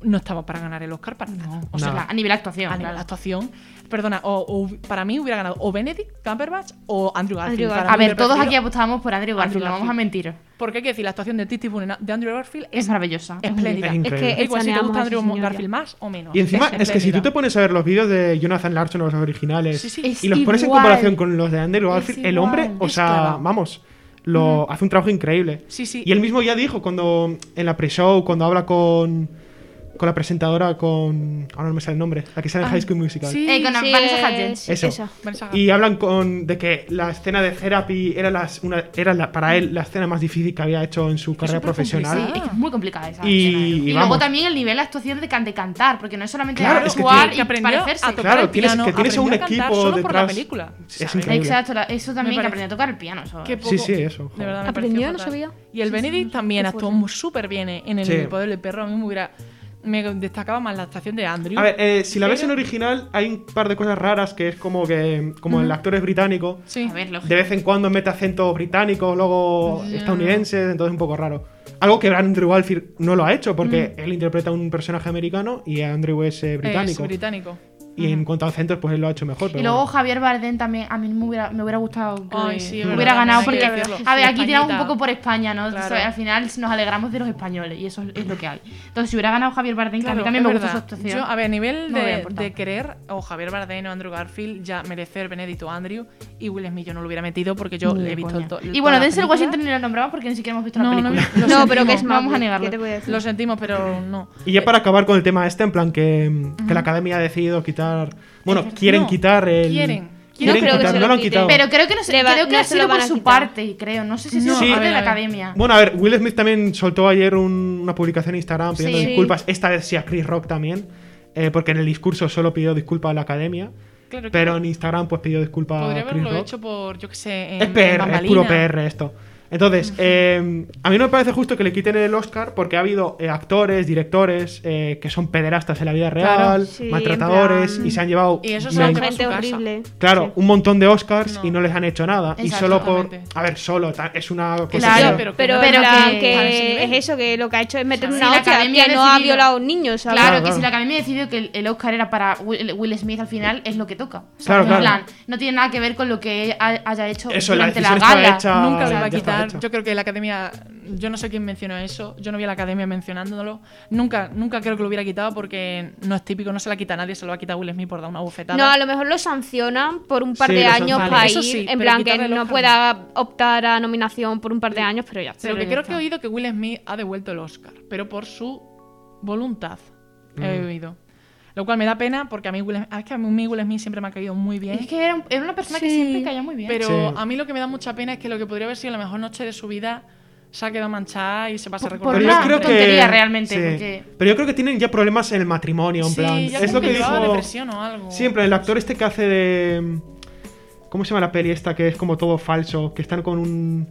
no estaba para ganar el Oscar para nada. O
o sea,
sea,
la- a nivel actuación.
a nivel
claro.
de actuación, perdona, o, o para mí hubiera ganado o Benedict Cumberbatch o Andrew Garfield.
Andrew
para
Garfield.
A
mí
ver,
hubiera
todos aquí
preferido-
apostamos por Andrew Garfield,
Andrew
no vamos
Garfield.
a mentir.
Porque hay que decir, la actuación de Titi Boone de Andrew Garfield
Es
es,
maravillosa. es muy
espléndida.
Es
Es
increíble.
que
Da Igual si te
extrañamos
gusta
a
Andrew
ese señor ya.
Garfield más o menos.
Y encima, es que si tú
espléndida.
te pones a ver los vídeos de Jonathan Larson, los originales,
Sí, sí.
Es
y los pones en
igual.
comparación con los de Andrew
Es
Garfield, el hombre,
igual.
o sea,
Esclava.
vamos, lo hace un trabajo increíble.
Sí, sí.
Y él mismo ya dijo cuando en la pre-show, cuando habla con, con la presentadora, con. Ahora no me sale el nombre, la que sale en
Ah,
High School Musical.
sí.
Eh, con
Sí,
Vanessa Hudgens.
sí,
Eso.
esa.
Vanessa
Y hablan con de que la escena de Therapy era, las, una, era la- para él la escena más difícil que había hecho en su carrera
súper
profesional.
Sí, es que es muy complicada esa.
Y-
escena, ¿eh?
y
y luego
vamos.
también el nivel de actuación de, can- de cantar, porque no es solamente
Claro, es que
actuar
tiene-
y parecerse.
a tocar
Claro,
el
tienes-
piano,
que tienes a un
aprendió cantar
equipo
solo por la
detrás.
película.
Es
¿sabes?
increíble.
Exacto, la- eso también, que
parece-
aprendió a tocar el piano. Eso,
Qué
eh.
poco-
Sí, sí, eso, joder.
De verdad, me
Aprendió,
pareció
no
fatal.
sabía.
Y el Benedict también
Qué
actuó
fuerte.
súper bien eh, en el
Sí.
poder del perro. A mí me hubiera me destacaba más la actuación de Andrew.
A ver, eh, si la ves en
Pero-
original, hay un par de cosas raras que es como que. Como el actor es británico.
Sí. eh,
A ver, lógico.
De vez en cuando mete acento británico, luego estadounidense, entonces un poco raro. Algo que Andrew Garfield no lo ha hecho, porque él interpreta a un personaje americano y Andrew es eh,
Es
británico.
británico.
y en cuanto a acentos, pues él lo ha hecho mejor. Pero
Y luego
bueno.
Javier Bardem también, a mí me hubiera, me hubiera gustado que
Ay, sí, es
hubiera
verdad,
ganado,
hay que
porque,
decirlo.
a ver, aquí
Españita.
tiramos un poco por España, ¿no?
Claro.
O sea, al final nos alegramos de los españoles y eso es lo que hay. Entonces, si hubiera ganado Javier Bardem, que a mí
Claro,
también
es
me gusta su
verdad.
actuación.
Yo, a ver, a nivel
No me hubiera
de,
importado.
de querer, o Javier Bardem o Andrew Garfield, ya merecer Benedito Andrew y Will Smith yo no lo hubiera metido porque yo
Ni de
he visto
coña.
to-
Y
todas
bueno,
las
Denzel
películas.
Washington ni lo nombramos porque ni siquiera hemos visto la
No, no
película.
vi- lo
No,
sentimos,
pero que es
Vamos
Marvel,
a negarlo.
¿Qué te voy a decir?
Lo sentimos, pero no. Eh,
Y ya para acabar con el tema este, en plan que, que la academia ha decidido quitar. Bueno, quieren
No,
quitar el.
quieren.
quieren
No creo que
quitar-
se
no
lo
lo han
quiten.
quitado.
Pero creo que no, se-
Le va-
creo que
no
ha
se
sido
lo van
por
a
su
quitar.
parte, creo. No sé si es
No,
parte
a
de
ver,
la
a ver.
academia.
Bueno, a ver, Will Smith también soltó ayer un- una publicación en Instagram pidiendo
Sí.
disculpas. Esta vez sí a Chris Rock también. eh, porque en el discurso solo pidió disculpas a la academia.
Claro que
Pero en Instagram pues pidió disculpas
podría
a Chris
haberlo
Rock.
hecho por, yo qué sé, en,
es
en
PR, es
bambalinas.
puro PR esto. Entonces, eh, a mí no me parece justo que le quiten el Oscar porque ha habido eh, actores, directores eh, que son pederastas en la vida real,
Claro.
Sí,
maltratadores
en plan-
y se han llevado
Y eso
me-
se lo han
Son
llevado a
gente
su casa.
horrible.
claro, un montón de Oscars
No.
y no les han hecho nada. Y solo por...
Exactamente.
A ver, solo, ta- es una cosa...
Claro,
que-
pero-
Pero, en
Pero
plan
que-
que
a ese nivel.
es eso, que lo que ha hecho es meter
Sí,
una
la
hostia
academia
que
ha
no ha
decidido-
violado niños, ¿sabes?
Claro,
Claro,
que
claro.
si la academia decidió que el- el Oscar era para Will, Will Smith al final, es lo que toca. O sea,
Claro,
en
claro.
plan, no tiene nada que ver con lo que ha- haya hecho
Eso, la
durante
decisión
la gala.
estaba hecha... ya
Nunca lo va a
estaba
quitar.
hecha.
Yo creo que la academia. Yo no sé quién mencionó eso. Yo no vi a la academia mencionándolo. Nunca, nunca creo que lo hubiera quitado porque no es típico. No se la quita a nadie. Se lo va a quitar a Will Smith por dar una bofetada.
No, a lo mejor lo sancionan por un par
Sí,
de
lo
años
sancionan.
para
Eso
ir,
sí,
en
pero
plan que
quitarle el
no
Oscar
pueda optar a nominación por un par de años, pero ya está.
Pero
Pero
que
ya
creo
está.
que he oído que Will Smith ha devuelto el Oscar, pero por su voluntad. He
Mm.
oído. Lo cual me da pena porque a mí Will, es que a mí Will Smith siempre me ha caído muy bien.
Es que era, un- era una persona que
Sí,
siempre caía muy bien.
Pero
Sí.
a mí lo que me da mucha pena es que lo que podría haber sido la mejor noche de su vida se ha quedado manchada y se pasa a
Por-
recordar.
por
yo
una
creo que-
tontería realmente, porque-
Pero yo creo que tienen ya problemas en el matrimonio, en
Sí,
plan.
ya
Es
como
lo que
llevaba
dijo.
depresión o algo.
Siempre, el actor este que hace de. ¿Cómo se llama la peli esta que es como todo falso? Que están con un.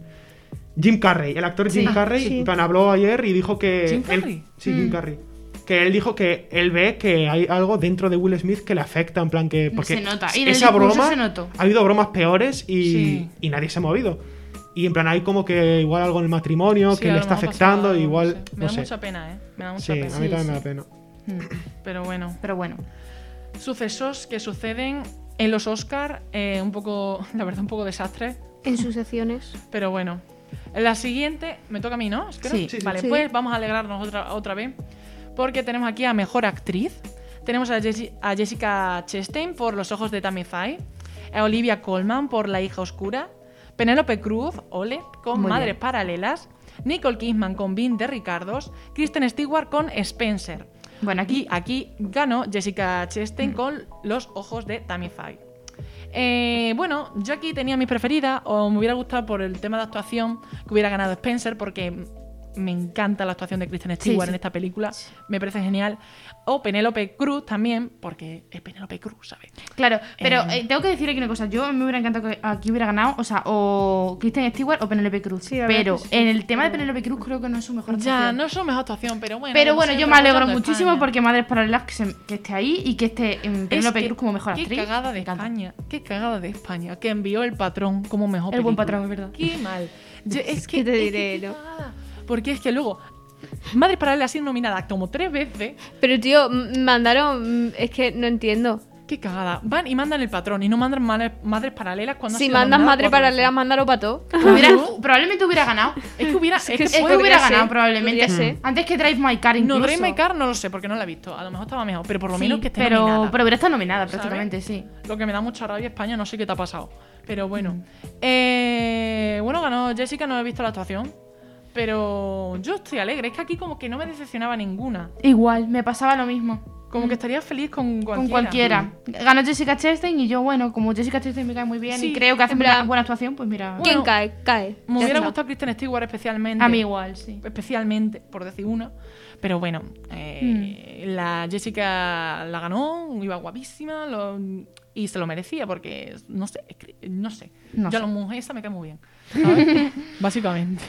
Jim Carrey. El actor Jim Carrey en plan, habló ayer y dijo que.
¿Jim
él-
Carrey?
sí, Jim Carrey. Que él dijo que él ve que hay algo dentro de Will Smith que le afecta, en plan que. Porque
Se nota, y en el
esa
discurso
broma.
se notó.
Ha habido bromas peores y,
Sí.
y nadie se ha movido. Y en plan, hay como que igual algo en el matrimonio
Sí,
que
a
le
lo
está
mejor
afectando,
pasaba algo,
igual.
no sé. Me
no
da
sé.
mucha pena, ¿eh? Me da mucha
Sí, a mí
pena.
también
sí.
me da pena.
Pero bueno.
Pero bueno.
Sucesos que suceden en los Oscar, eh, un poco, la verdad, un poco desastre.
En sus secciones.
Pero bueno. La siguiente, me toca a mí, ¿no? Os creo.
Sí. Sí,
sí.
Vale,
Sí.
pues vamos a alegrarnos otra, otra vez. Porque tenemos aquí a Mejor Actriz. Tenemos a, Jessi- a Jessica Chastain por Los Ojos de Tammy Faye. A Olivia Colman por La Hija Oscura. Penélope Cruz, Ole, con
Muy
Madres
bien.
Paralelas. Nicole Kidman con Vin de Ricardos. Kristen Stewart con Spencer.
Bueno,
Aquí,
aquí
aquí ganó Jessica Chastain
Mm.
con Los Ojos de Tammy Faye. Eh, bueno, yo aquí tenía mis preferidas, o me hubiera gustado por el tema de actuación que hubiera ganado Spencer, porque me encanta la actuación de Kristen Stewart
sí.
en esta película, me parece genial. O Penélope Cruz también, porque es Penélope Cruz, ¿sabes?
Claro, pero
Eh,
eh, tengo que decir aquí una cosa. Yo me hubiera encantado que aquí hubiera ganado, o sea, o Kristen Stewart o Penélope Cruz.
Sí, la verdad
pero
que sí.
en el tema de Penélope Cruz creo que no es su mejor
Ya,
actuación.
no es su mejor actuación, pero bueno.
Pero
como
bueno, yo
siempre,
me alegro
apoyando a
muchísimo
España.
porque Madres Paralelas que, se- que esté ahí y que esté em,
Es
Penélope
que-
Cruz como mejor actriz.
Qué cagada de
Me encanta.
España. Qué cagada de España. Que envió el patrón como mejor
El buen
película.
patrón, es verdad.
Qué mal. Yo- es que
¿Qué te
es que
diré,
qué
no?
cagada. Porque es que luego. Madre Paralela ha sido nominada como tres veces.
Pero tío, m- mandaron. m- Es que no entiendo.
Qué cagada. Van y mandan el patrón y no mandan madres, madres paralelas cuando ha
Si
sido
mandas
nominada
madre
cuatro
paralela, mándalo para todo.
Pues
Hubiera- probablemente hubiera ganado.
veces. Es que hubiera. es que
Es que
puede-
hubiera
podría ser,
ganado probablemente.
podría ser.
Antes que Drive My Car incluso.
No, Rey My Car no lo sé porque no la he visto. A lo mejor estaba mejor, pero por lo
Sí,
menos que esté
pero,
nominada.
pero hubiera estado nominada
¿Sabes?
prácticamente, sí.
Lo que me da mucha rabia España, no sé qué te ha pasado. Pero bueno.
Mm.
Eh, bueno, ganó Jessica, no he visto la actuación. Pero yo estoy alegre. Es que aquí como que no me decepcionaba ninguna.
Igual, me pasaba lo mismo.
Mm.
Como que estaría feliz con cualquiera. Mm.
Con cualquiera. Ganó Jessica Chastain y yo, bueno, como Jessica Chastain me cae muy bien
Sí,
y creo que hace
en
una
plan-
buena actuación, pues mira.
¿Quién
Bueno.
cae? Cae.
Me
Ya
hubiera
está.
gustado Kristen Stewart especialmente.
A mí igual, sí.
Especialmente, por decir una. Pero bueno, eh,
Mm.
la Jessica la ganó, iba guapísima lo- y se lo merecía porque, no sé, es que- no sé.
No
Yo a la
sé.
mujer esa me cae muy bien. ¿sabes? Básicamente.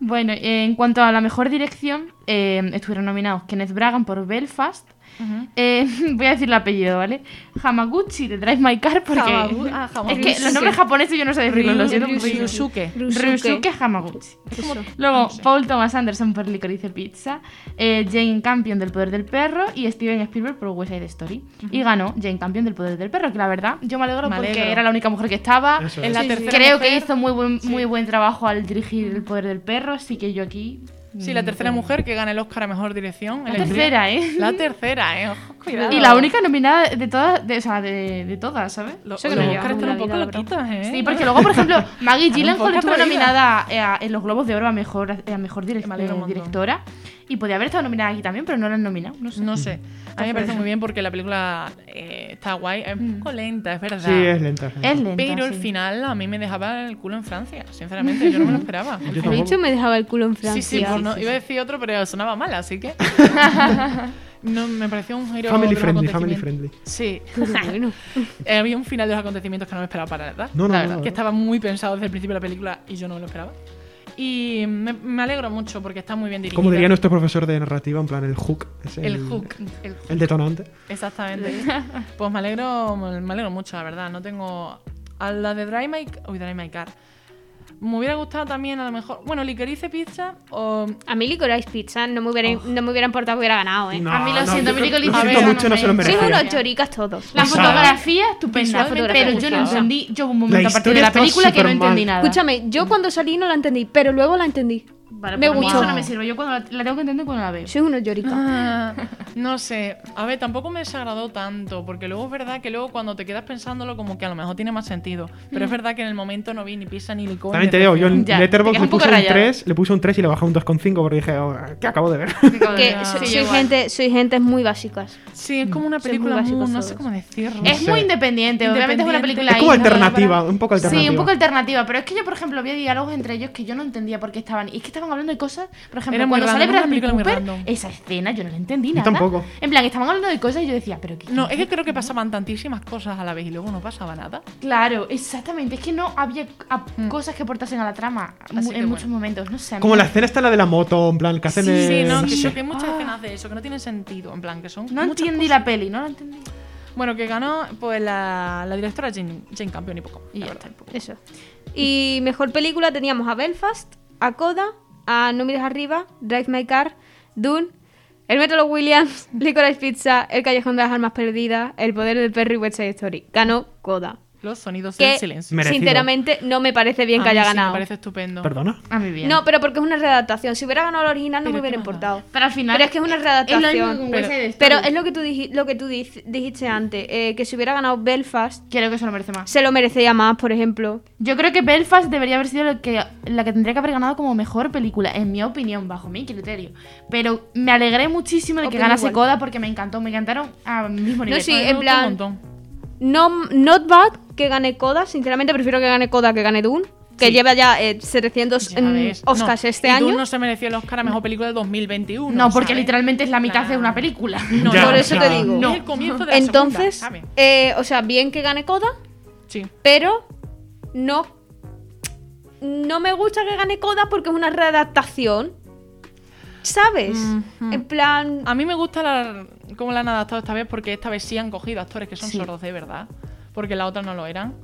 Bueno, eh, en cuanto a la mejor dirección, eh, estuvieron nominados Kenneth Bragan por Belfast.
Ujú.
Eh, voy a decir el apellido, ¿vale? Hamaguchi de Drive My Car porque...
Hamagu- ah, Hamaguchi.
es que los nombres japoneses yo no sé decirlos, lo siento.
Ryusuke.
muchísimo. Ryusuke Hamaguchi.
Eso.
Luego,
No sé.
Paul Thomas Anderson por Licorice Pizza, eh, Jane Campion del Poder del Perro y Steven Spielberg por West Side Story. Y ganó Jane Campion del Poder del Perro, que la verdad yo me alegro
Me
porque
alegro.
era la única mujer que estaba.
Eso es.
Es la
Sí, sí.
tercera
Creo
mujer-
que hizo muy buen, muy buen trabajo al dirigir El Poder del Perro, así que yo aquí...
Sí, la
mm,
tercera mujer que gana el Oscar a Mejor Dirección.
La
en el-
tercera, ¿eh?
La tercera, ¿eh? Ojo, Cuidado.
Y la única nominada de todas, de, o sea, de, de todas, ¿sabes?
Los,
Eso que
los
no
Oscars están
llevamos
un poco
la vida,
loquitos, ¿eh?
Sí, porque luego, por ejemplo, Maggie
Están un
Gyllenhaal
poco
estuvo
atrevidas.
nominada eh, a- en los Globos de Oro a mejor, a mejor direc-
Me alegro un
eh,
montón.
directora y podía haber estado nominada aquí también, pero no la han nominado. No sé.
No sé. A mí me parece muy bien porque la película eh, está guay. Es un poco lenta, es verdad.
Sí, es lenta. es lenta.
Es lenta.
Pero el
sí.
final a mí me dejaba el culo en Francia, sinceramente. Yo no me lo esperaba.
Yo
Lo he
tampoco.
dicho, me dejaba el culo en Francia.
Sí, sí, pues no, iba a decir otro, pero sonaba mal, así que. No, me pareció un giro. de
Family
los
friendly, family
acontecimientos.
friendly.
Sí. eh,
Pero bueno.
Había un final de los acontecimientos que no me esperaba para nada.
No, no,
la
no,
verdad,
no,
que
no.
estaba muy pensado desde el principio de la película y yo no me lo esperaba. Y me, me alegro mucho porque está muy bien dirigida.
Como diría nuestro profesor de narrativa, en plan el hook. ese,
El hook. El hook.
El detonante.
Exactamente. Pues me alegro, me alegro mucho, la verdad. No tengo. A la de Drive My, uy, Drive My Car. Me hubiera gustado también, a lo mejor. Bueno, Licorice Pizza o.
A mí Licorice Pizza no me hubieran, no me hubieran portado, hubiera ganado, ¿eh.
A mí lo
No, no,
siento,
yo
mi
creo-
Nicolás
lo siento
Cage
mucho, no se lo
me-
Sois
merecía.
unos choricas todos.
La
O sea,
fotografía estupenda,
visualmente
pero yo no
preciosa.
entendí, yo hubo un momento
La
a partir de
historia
la
está
película que no
supermal.
entendí nada.
Escúchame, yo cuando salí no la entendí, pero luego la entendí.
Vale,
me
pues a mí
gustó.
Eso no me sirve, yo cuando la, la tengo que entender cuando la veo.
Soy unos lloricas.
Ah, no sé. A ver, tampoco me desagradó tanto, porque luego es verdad que luego cuando te quedas pensándolo, como que a lo mejor tiene más sentido. Pero es
Mm.
verdad que en el momento no vi ni pizza ni licor.
También
ni
te digo, yo en
Ya, te
Letterboxd
quedas
le
un poco
puse un
rayado.
3, le puse un 3 y le bajé un 2,5 porque dije, oh, ¿qué acabo de ver?
Que
Sí, yo
so- soy,
igual.
gente, soy gente muy básicas.
Sí, es como una
Soy
película
Mm. muy
muy,
básicos
no sé
todos.
cómo decirlo.
Es muy
Sí.
independiente, obviamente es una
Independiente.
película
Es como
indie,
alternativa, un poco alternativa.
Sí, un poco alternativa, pero es que yo, por ejemplo, había diálogos entre ellos que yo no entendía por qué estaban. Y es que estaban hablando de cosas, por ejemplo,
Era muy
cuando
random,
sale
era una
Bradley
película muy
Cooper,
random.
esa escena yo no la entendí nada.
tampoco.
En plan, estaban hablando de cosas y yo decía, pero qué.
No, es que creo que pasaban tantísimas cosas a la vez y luego no pasaba nada.
Claro, exactamente. Es que no había a- cosas que aportasen a la trama mu- en
Mm. Así que
muchos momentos. No sé. a mí
Como
no-
la escena está la de la moto, en plan, que hacen
Sí, sí,
el- no
no, que,
sé.
que hay muchas
Ah.
escenas de eso, que no tienen sentido, en plan, que son...
No
muchas
entendí
cosas.
la peli, no la entendí.
Bueno, que ganó pues la, la directora Jane, Jane Campion y poco.
Y
la
ya
verdad.
está.
Eso. Y mejor película teníamos a Belfast, a Coda, a No mires arriba, Drive My Car, Dune, El Método Williams, Licorice Pizza, El Callejón de las Almas Perdidas, El Poder del Perro y West Side Story. Ganó Coda.
Los sonidos
Que
del silencio.
Merecido.
sinceramente no me parece bien
A
que
mí
haya
sí
ganado.
me parece estupendo.
Perdona.
A mí bien.
No, pero porque es una readaptación. Si hubiera ganado el original no
Pero
me hubiera
¿qué más da?
importado.
pero al final.
Pero es que es una
lo mismo
readaptación.
que
Pero-
con West Side Story.
Pero es lo que tú, dij- lo que tú dij- dijiste antes, eh, que si hubiera ganado Belfast,
Creo que eso lo merece más.
se lo merecía más, por ejemplo.
Yo creo que Belfast debería haber sido lo que, la que tendría que haber ganado como mejor película, en mi opinión, bajo mi criterio. Pero me alegré muchísimo de que
Opino
ganase
igual.
Coda porque me encantó, me encantaron al mismo nivel.
sí,
A mí me
en
gustó
plan-
un montón.
No, not bad que gane Coda, sinceramente prefiero que gane Coda que gane Dune, que lleva ya eh, 700
Ya
mm,
ves.
Oscars
No,
este
y Dune
año.
no se mereció el Oscar a Mejor Película del 2021.
no, porque
¿sabes?
literalmente es la mitad de
Claro.
una película.
No,
Ya,
por eso te
ya.
digo.
No. Es el comienzo de la
Entonces,
segunda, ¿sabes?
eh, o sea, bien que gane Coda,
Sí.
pero no, no me gusta que gane Coda porque es una readaptación, ¿sabes? En plan,
A mí me gusta la, cómo la han adaptado esta vez porque esta vez sí han cogido actores que son
Sí.
sordos de verdad, porque la otra no lo eran.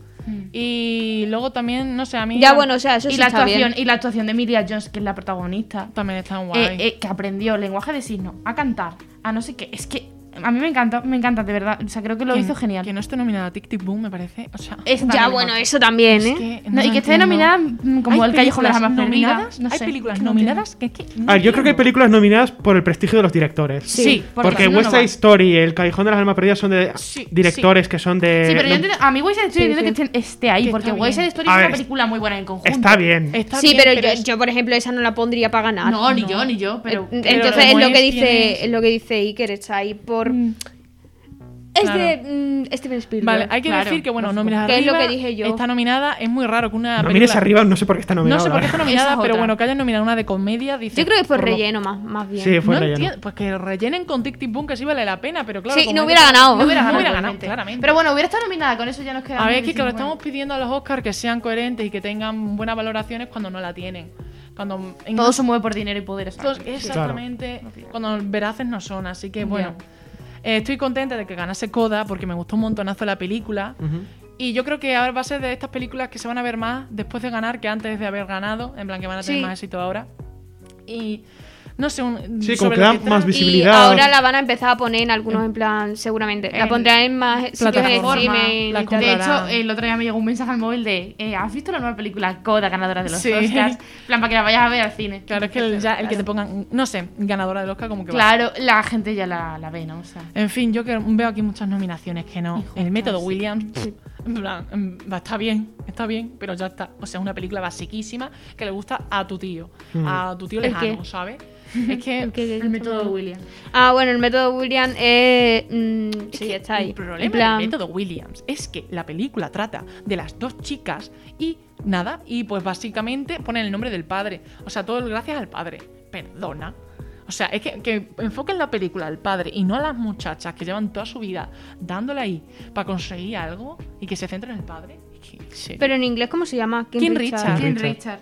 Y luego también, no sé, a mí
ya bueno, o sea, eso
y,
sí
la
está bien.
actuación, y la actuación de Emilia Jones, que es la protagonista,
también están guay.
eh, eh, que aprendió lenguaje de signos, a cantar, a no sé qué. Es que a mí me encanta, me encanta, de verdad. O sea, creo que lo
Que-
hizo genial.
Que no esté nominada a Tic Tic Boom, me parece. O sea,
Eso
Ya
también
bueno,
me
eso también, ¿eh?
es que
No, y que esté
entiendo.
nominada mm, como
Hay
el Callejón de
películas
las Almas
nominadas,
Perdidas. No
Hay
sé,
películas
que no
nominadas que es que. no
A ver, Ah, yo creo que hay
entiendo.
películas nominadas por el prestigio de los directores.
Sí, Sí, porque
porque
si no, no
West Side
va.
Story y El Callejón de las Almas Perdidas son de
Sí,
directores que son de.
Sí, pero yo
no-
entiendo, a mí Wayside Story
Sí,
entiendo
sí.
que esté, esté ahí,
Que
porque
está bien.
Wayside Story
A
es una
ver,
película muy buena en conjunto.
Está bien.
Está
Sí,
bien,
pero, yo,
es-
yo, por ejemplo, esa no la pondría para ganar.
No, ni
no.
yo, ni yo, pero...
Eh,
pero
Entonces es
Remueves
lo que dice,
tiene-
es lo que dice Iker, está ahí por es de
Claro.
mm, Steven Spielberg.
Vale, hay que
Claro,
decir que, bueno,
por
no miras
supuesto. Que es lo
arriba.
que dije yo.
Está nominada, es muy raro que una.
No mires
película-
arriba, no sé por qué está nominado.
No sé por qué está nominada,
Esa es
pero
otra.
bueno, que hayan nominado una de comedia. Dice,
Yo creo que es por
lo-
relleno más, más bien.
Sí, fue
no
relleno.
entiendo, pues que rellenen con Tic Tic Boom, que sí vale la pena, pero claro.
Sí,
como
no
es
hubiera
de-
ganado.
No hubiera ganado,
No hubiera
claramente,
ganado.
claramente.
Pero bueno, hubiera estado nominada, con eso ya nos queda...
a ver, es que claro, estamos pidiendo a los Oscars que sean coherentes y que tengan buenas valoraciones cuando no la tienen. Cuando en-
Todo se mueve por dinero y poder.
todos-
exactamente.
exactamente.
Claro.
Cuando veraces no son. Así que bueno. Eh, estoy contenta de que ganase Coda porque me gustó un montonazo la película.
Ujú.
Y yo creo que ahora va a ser de estas películas que se van a ver más después de ganar que antes de haber ganado. En plan, que van a tener
Sí.
más éxito ahora. Y no sé, un.
Sí, como
sobre
que
lo
dan
está-
más
Y
visibilidad.
ahora la van a empezar a poner en algunos, en plan, seguramente. La
En
pondrán en más sitios en
plataforma,
streaming.
la
De
comprarán.
hecho, el otro día me llegó un mensaje al móvil de eh, ¿Has visto la nueva película Coda, ganadora de los
Sí.
Oscars? En plan, para que la vayas a ver al cine.
Claro, es que el, ya el que te pongan, no sé, ganadora del Oscar, como que va.
Claro, la gente ya la, la ve, ¿no? O sea,
En fin, yo que veo aquí muchas nominaciones que no.
Injustas,
el método
sí.
Williams, pff, en plan, mm, va, está bien, está bien, pero ya está. O sea, es una película basiquísima que le gusta a tu tío, a tu tío
¿El
lejano,
qué?
¿sabes? Es
El
que
que-
el método William.
Ah, bueno, el método William es. mm, sí, está ahí.
el problema
En plan,
del método Williams es que la película trata de las dos chicas y nada, y pues básicamente ponen el nombre del padre. O sea, todo gracias al padre. Perdona. O sea, es que, que enfoquen la película al padre y no a las muchachas que llevan toda su vida dándole ahí para conseguir algo y que se centren en el padre. Es que, en serio.
Pero en inglés, ¿cómo se llama?
King Richard.
King
Richard.
Richard.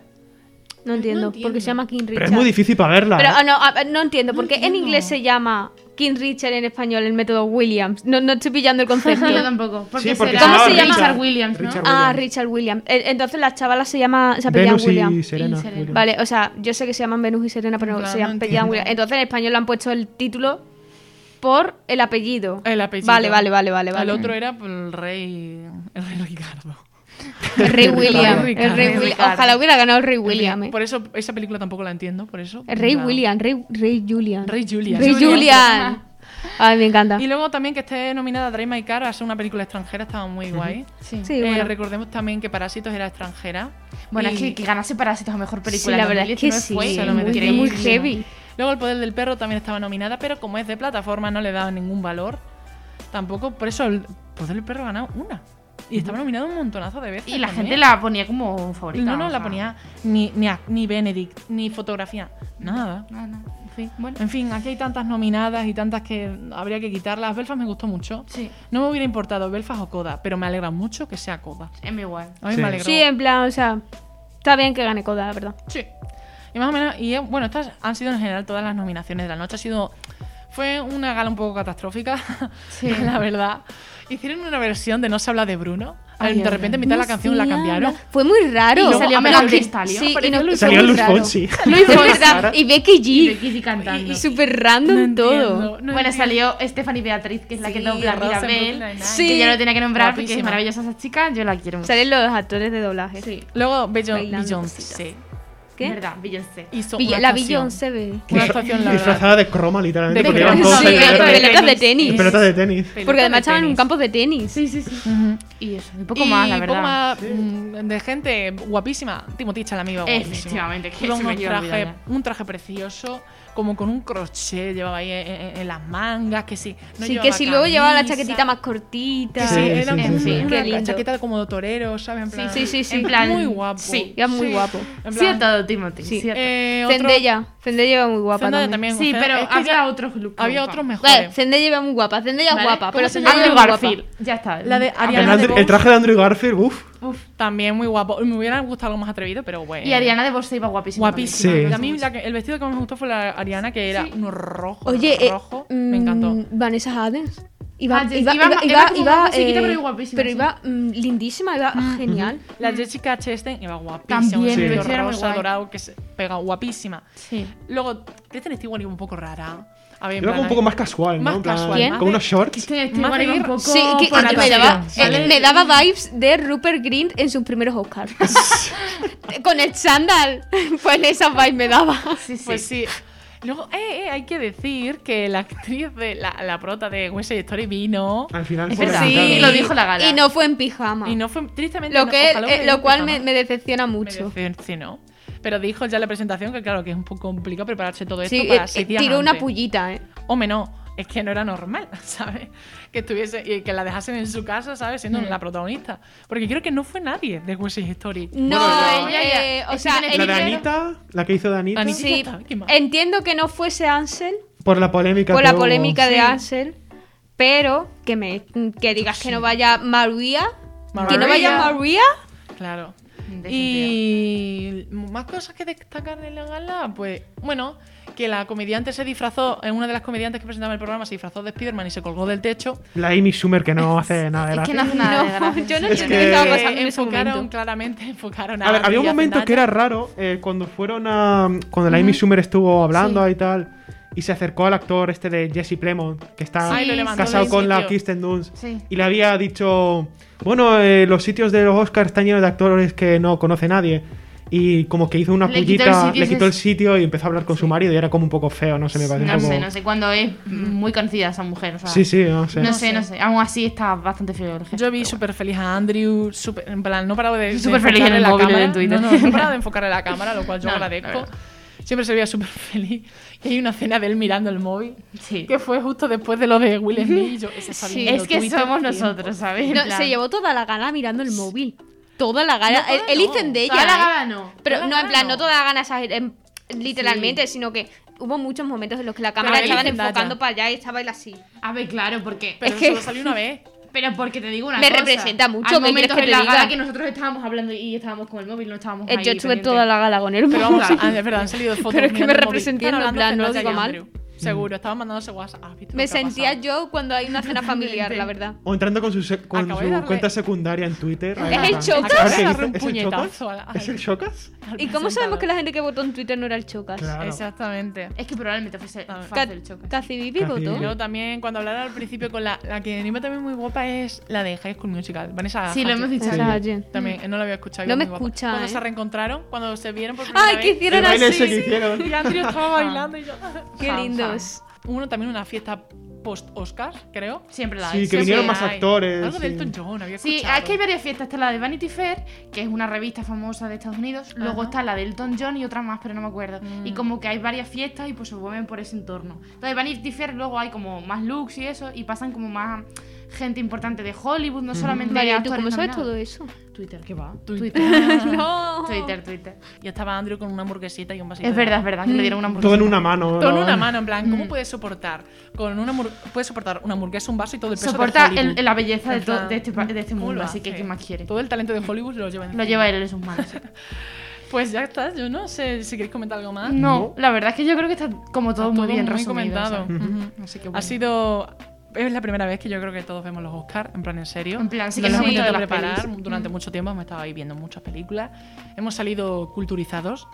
No entiendo,
No
por qué
entiendo.
se llama King Richard.
Pero es muy difícil para verla.
Pero,
¿eh?
ah, no, ah, no entiendo, porque en
entiendo.
inglés se llama King Richard en español el método Williams. No, no estoy pillando el concepto.
Yo tampoco. Porque
Sí, porque
será
se ¿Cómo se llama?
Richard Williams, ¿no?
Richard
ah,
Williams.
Richard Williams. Eh, Entonces las chavalas se llama se apellidan
Venus y
Williams.
Serena.
Y Serena.
Williams.
Vale, o sea, yo sé que se llaman Venus y Serena, pero no,
Claro,
se
no
llaman
entiendo.
apellidan Williams. Entonces en español le han puesto el título por el apellido.
El apellido.
Vale, vale, vale, vale.
El
vale.
otro era pues, el rey, el rey Ricardo.
El Rey William.
Ricardo.
El Rey
Ricardo.
William. Ojalá hubiera ganado el Rey William. eh.
Por eso esa película tampoco la entiendo, por eso.
El Rey
Nada.
William, Rey, Rey Julian.
Rey Julian.
Rey
Julian.
Julian. Ay, me encanta.
Y luego también que esté nominada Drive My Car a ser una película extranjera estaba muy guay.
Sí.
Sí,
Eh,
bueno.
Recordemos también que Parásitos era extranjera.
Bueno,
Y
es que, que ganase Parásitos a mejor película.
Sí, la
en
verdad es que
2019
sí,
fue
se lo merecía.
increíble.
muy heavy.
Luego El Poder del Perro también estaba nominada, pero como es de plataforma no le daban ningún valor. Tampoco, por eso El Poder del Perro ha ganado una. Y estaba nominada un montonazo de veces.
Y la
también.
gente la ponía como favorita.
No, no,
o
la
sea.
ponía ni, ni, a- ni Benedict, ni fotografía, nada.
No, no. En fin, bueno.
En fin, aquí hay tantas nominadas y tantas que habría que quitarlas. Belfast me gustó mucho.
Sí,
No me hubiera importado Belfast o Coda, pero me alegra mucho que sea Coda.
es mi igual.
A mí
Sí.
me alegró.
em-
Sí, en plan, o sea, está bien que gane Coda, la verdad.
Sí. Y más o menos, y eh, bueno, estas han sido en general todas las nominaciones de la noche. Ha sido. Fue una gala un poco catastrófica,
Sí.
la verdad. Hicieron una versión de No se habla de Bruno. Al-
Ay,
de
ay,
repente, en mitad de la canción la cambiaron.
Fue muy raro.
Y luego
Salió
Amelia
Becky-
Cristalio.
Sí, y
Apareció
no
Luis
fue
Salió
muy
Luz
raro.
Fonsi.
Luis Fonsi. Y Becky
Y
G.
Kitty cantando.
Y súper random
No
todo.
entiendo, no
bueno,
entiendo.
salió Stephanie Beatriz, que es la que
Sí,
dobla a
Ross en
Mirabel.
Brooklyn Nine-Nine.
Sí.
Que yo no tenía que nombrar porque es
Guapísima.
maravillosa esa chica. Yo la quiero mucho.
Salen los actores de doblaje.
Sí.
Luego,
Bailando
Beyoncé
¿Qué?
¿Qué?
Verdad, Beyoncé.
hizo
Bill-
una
La
actuación.
Beyoncé ve.
Una actuación, la verdad.
Disfrazada de croma, literalmente.
De
porque
croma.
eran todos
Sí,
de
pero
tenis.
pelotas de tenis.
Y pelotas de tenis.
Porque además estaban en un
tenis.
campo de tenis.
Sí, sí, sí.
Ujú.
Y eso, un poco más, la
Y poco
verdad.
más, mm, de gente guapísima. Timothy Chalamet iba guapísimo.
Efectivamente, que
Iba
se
un
me había olvidado
traje, un traje precioso, como con un crochet llevaba ahí en, en- en las mangas, que sí. no
sí, que
llevaba
si luego llevaba la
camisa,
chaquetita más
Que
cortita.
sí,
Sí,
era
sí,
un-
sí, sí.
Qué
una
lindo.
chaqueta como de torero, ¿sabes? En plan,
sí, sí, sí.
en
En plan,
muy guapo.
sí.
Era muy
Sí.
guapo.
En plan,
Cierto, Timothy.
Sí.
cierto.
eh, otro-
Zendaya. Zendaya iba muy guapa
Zendaya
también.
también.
sí,
Zendaya-
pero
es que
había
ya-
otros looks.
Había
guapa.
otros
Vale,
mejores.
Zendaya iba muy guapa. Zendaya es
¿Vale?
guapa,
¿Cómo
pero
se
Zendaya
llama?
iba
Andrew
muy guapa.
Garfield. Ya está.
La de
El,
Ariana
Andrew-
DeBose,
el traje de Andrew Garfield, uff.
también muy guapo. Me hubiera gustado algo más atrevido, pero bueno.
Y Ariana de Bosse iba guapísima.
Guapísima.
Sí.
Y a mí la que- el vestido que más me gustó fue la Ariana, que era uno rojo.
Oye, eh,
rojo. me encantó.
mm, Vanessa Hudgens. Iba,
Ah,
iba,
iba-
iba,
iba
iba,
como
iba,
más chiquita,
eh,
pero guapísima,
pero
sí.
iba, mm, lindísima, iba genial.
La Jessica Chastain iba guapísima.
También,
un
el
vestido
vestido era muy
rosa,
guay.
dorado, que se pega guapísima.
Sí.
Luego, Kristen Stewart iba un poco rara. A ver, en
Era como
plan,
un poco
ahí-
más casual, ¿no?
Más
En plan,
casual,
¿Quién?
más
Con
de-
unos shorts.
Kristen
Más
Stewart iba
de
un
ir-
poco.
Sí, que,
por
que
la
me, daba,
pasión, ¿vale?
eh, me daba vibes de Rupert Green en sus primeros Oscars. Con el chándal, pues esas vibes me daba.
Sí, sí.
Pues sí. Luego, eh, eh, hay que decir que la actriz de la, la prota de West Side Story vino.
Al final
es
fue
verdad.
lamentable.
Sí.
pues Lo dijo la gala.
Y no fue en pijama.
Y no fue, tristemente,
Ah. lo,
no-
que,
ojalá
eh,
hubiera
lo
ido,
cual
pero
me,
no.
me decepciona
Me
mucho.
decepcionó. Pero dijo ya en la presentación que, claro, que es un poco complicado prepararse todo esto
Sí,
para
eh,
seis
eh,
días
tiró una
antes.
pullita, ¿eh?
Hombre, no, es que no era normal, ¿sabes? Que estuviese y que la dejasen en su casa, ¿sabes?
Mm.
Siendo la protagonista. Porque creo que no fue nadie de West Side Story.
No,
Bueno, ya.
eh, o sea,
Steven
La de
Spielberg.
entiendo-
Anita, la que hizo de Anita,
Anita.
Sí,
Ya está, ¿qué más?
entiendo que no fuese Ansel
por la polémica.
por
que
la
hubo.
polémica
Sí.
de Ansel, pero que me que digas que no vaya María, que no
Maria.
vaya María,
Claro.
De
Y más cosas que destacar de la gala, pues bueno, que la comediante se disfrazó, eh, una de las comediantes que presentaba el programa se disfrazó de Spiderman y se colgó del techo.
La Amy Schumer que no hace nada de
Es que
gracia.
no hace nada de
No,
gracia.
yo no
Sí,
Es
sí,
que-
sí.
estaba pasando en ese
enfocaron
momento.
claramente, enfocaron a,
A ver, había un
Zendaya.
momento que era raro eh, cuando fueron a. Cuando la Amy Schumer estuvo hablando
Sí.
y tal. Y se acercó al actor este de Jesse Plemons, que está
Ay, lo levantó
casado
del
con la
sitio.
Kirsten Dunst.
Sí.
Y le había dicho, bueno, eh, los sitios de los Oscars están llenos de actores que no conoce nadie. Y como que hizo una
Le quitó el
pullita,
sitio,
le quitó el
sí.
sitio y empezó a hablar con su marido y era como un poco feo, no sé, me parece
No
un poco...
sé, no sé. Cuando es muy conocida esa mujer. O sea,
Sí, sí, no sé.
No sé, no sé. Aún así está bastante feo el jefe.
Yo vi
pero
súper feliz a Andrew, súper- en plan, no paraba de. de
Súper feliz en
enfocarle
el
la
móvil y
cámara.
en Twitter.
No, no, no paraba de enfocarle la cámara, lo cual yo
No, no, la
agradezco.
verdad.
Siempre se veía súper feliz. Y hay una escena de él mirando el móvil,
bueno. Sí.
que fue justo después de lo de Will Smith. y yo, ese está
Sí.
viendo
Es que
Twitter
somos
100%.
nosotros, ¿sabes? En
No,
plan,
se llevó toda la gala mirando el móvil. Toda la gala.
No, toda
el
no.
ítem de ella.
Toda la
¿eh?
gala no.
Pero
Toda
no,
la
en
gala
plan,
no.
no toda la gana, exager- en- literalmente, sino que hubo muchos momentos en los que la cámara
ahí
estaba
dicen,
enfocando
"Vaya".
para allá y estaba él así. Eh,
A ver, claro, porque.
Pero
Es que-
solo salió una vez.
Pero porque te digo una
Me
cosa.
representa mucho,
Hay
¿qué quieres
momentos
que
en
te
la
diga?
gala que nosotros estábamos hablando y estábamos con el móvil, no estábamos ahí
yo estuve
pendientes.
toda la gala con él.
Pero vamos, a- es verdad, han salido fotos.
Pero es que
mirando
me
el móvil.
representé,
Estaban
en
hablando
plan, no
Zendaya
digo
y
mal.
Andrew. Seguro, estaban mandándose WhatsApp. ¿Has visto
Me
lo que ha
sentía
pasado?
yo cuando hay una cena familiar, la verdad.
O entrando con su, se- con
Acabo de
su
darle-
cuenta secundaria en Twitter.
Es el
Chocas.
Chocas.
Acabo de darle un
¿Es el Chocas?
puñetazo a la-
¿Es el Chocas?
al
¿Y cómo
presentador.
sabemos que la gente que votó en Twitter no era el Chocas?
Claro.
Exactamente.
Es que probablemente fuese
A ver.
fácil el choque.
Casi Vivi
Casi
votó.
Y luego también, cuando hablara al principio con la, la que anima también muy guapa es la de High School Musical. Vanessa.
Sí, lo
Hudgens.
hemos dicho.
Sí.
También, eh, no la había escuchado.
No
que
me
es muy guapa.
escucha,
Cuando
eh.
se reencontraron, cuando se vieron por primera
Ay, que
vez.
El
hicieron
baile ese que
así.
hicieron.
Y Andrew estaba bailando y yo.
Qué
Fan,
lindos.
Uno también una fiesta post-Oscar, creo.
Siempre la
Sí,
hay.
que
siempre
vinieron
la
más
hay.
actores.
Algo de
y-
Elton John había
Sí,
escuchado.
es que hay varias fiestas. Está la de Vanity Fair, que es una revista famosa de Estados Unidos. Luego
Ajá. Mm.
está la de Elton John y otra más, pero no me acuerdo. Y como que hay varias fiestas y pues se mueven por ese entorno. Entonces, Vanity Fair luego hay como más looks y eso, y pasan como más gente importante de Hollywood, no solamente de
Vale, ¿tú
actores
cómo sabes todo
nominados.
eso?
Twitter, ¿qué va?
Twitter.
Twitter.
No.
Twitter, Twitter.
Y estaba Andrew con una hamburguesita y un vasito.
Es
de-
verdad, es verdad, que le dieron una
Todo en
hamburguesa.
una mano.
Con
¿no?
una mano, en plan,
Mm.
¿cómo puedes soportar? Con una hamburg- puedes soportar una hamburguesa, un vaso y todo el peso
Soporta
de Hollywood?
el- la belleza de,
En plan,
to- de este, pa- de este
¿cómo
mundo,
lo
así que
hace?
¿qué más quiere?
Todo el talento de Hollywood lo lleva
Lo
encima.
lleva él en sus manos.
Pues ya está, yo no sé si queréis comentar algo más.
No, la verdad es que yo creo que está como Mm, todo,
¿Ah? Está
muy bien resumido.
comentado.
¿sabes?
Ujú.
Así que
Ha
bueno.
sido. Es la primera vez que yo creo que todos vemos los Oscars, en plan en serio.
En plan, sí
No
que
nos
nos
hemos
hemos
tenido que
visto las
preparar
pelis. Mm.
durante mucho tiempo, hemos estado ahí viendo muchas películas. Hemos salido culturizados.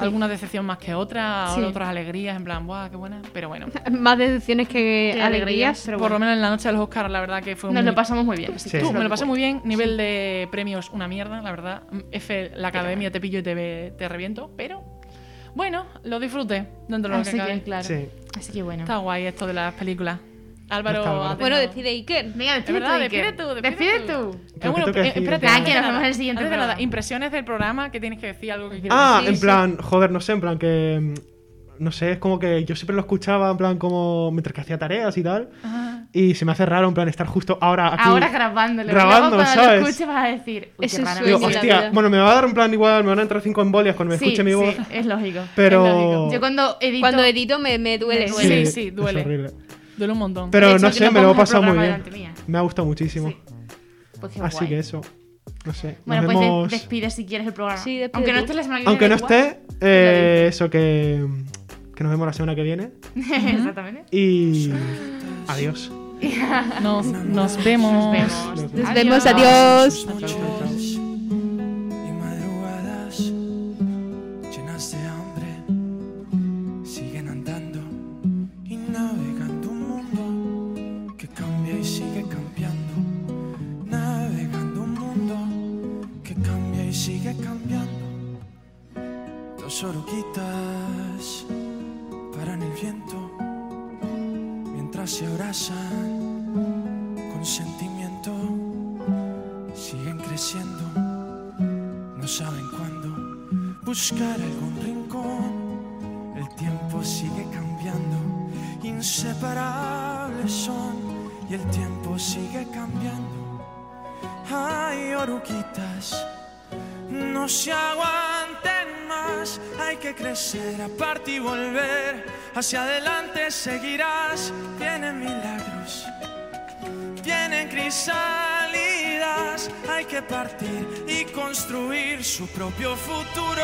Alguna decepción más que otra,
Sí.
otras alegrías, en plan, ¡buah, qué buena! Pero bueno,
Más decepciones que
Qué
alegrías.
pero
por lo
bueno.
menos en la noche de los Oscars, la verdad que fue
Nos
muy-
lo pasamos muy bien.
Sí.
así que
Tú,
eso
me
es
lo pasé
que
muy bien. Nivel de premios, una mierda, la verdad. F, la academia te pillo y te, ve- te reviento, pero bueno, lo disfruté dentro de lo
Así
que cabe.
que, claro.
Sí.
Así que bueno.
Está guay esto de las películas.
Está guay.
Álvaro, ha
Bueno,
tenido-
decide Iker.
Venga,
Es verdad, despide
Iker.
tú, despide
Despide
tú.
tú.
Eh, bueno,
Tengo que
eh,
decir-
espérate,
Nada,
antes
que
de
nos
nada,
vemos en el siguiente
antes de nada,
programa.
impresiones del programa que tienes que decir algo que quieres
Ah,
decir.
en
Sí,
plan, joder, no sé, en plan que. mm, No sé, es como que yo siempre lo escuchaba, en plan, como mientras que hacía tareas y tal. Y se me hace raro, en plan, estar justo ahora Ah. aquí.
Ahora grabándolo.
Grabando,
Luego, cuando
¿sabes?
lo escuches vas a decir. "Uy,
Es
qué
un
raro".
Digo,
Pues sí, la
hostia,
verdad.
bueno, me va a dar en plan igual, me van a entrar cinco embolias cuando me
Sí,
escuche mi
sí,
voz.
es lógico. es
Pero-
lógico. Yo cuando edito.
Cuando edito me, me duele.
Me
Sí,
duele.
sí, duele.
Es horrible.
Duele un montón.
Pero
hecho,
no
que
sé,
no
me lo he
pongas el
pasado muy
programa
bien.
delante mía.
Me ha gustado muchísimo.
Sí. Pues qué
Así
guay.
que eso. No sé.
Bueno,
nos
pues de-
vemos.
despide si quieres el programa.
Sí, despide
Aunque no
tú.
esté la semana que
Aunque no
viene. da igual.
esté, eh, eso que. Que nos vemos la semana que viene.
Exactamente.
Y.
Ah.
Adiós.
Nos, nos vemos.
Nos vemos.
Nos vemos, adiós.
noches y madrugadas llenas de hambre siguen andando y navegando un mundo que cambia y sigue cambiando navegando un mundo que cambia y sigue cambiando dos oruguitas paran el viento mientras se abrazan con sentimiento siguen creciendo, no saben cuándo buscar algún rincón. El tiempo sigue cambiando, inseparables son y el tiempo sigue cambiando. Hay oruquitas, no se aguanten más, hay que crecer, aparte y volver. Hacia adelante seguirás, tienen milagros tienen crisálidas, hay hay que partir y construir su propio futuro.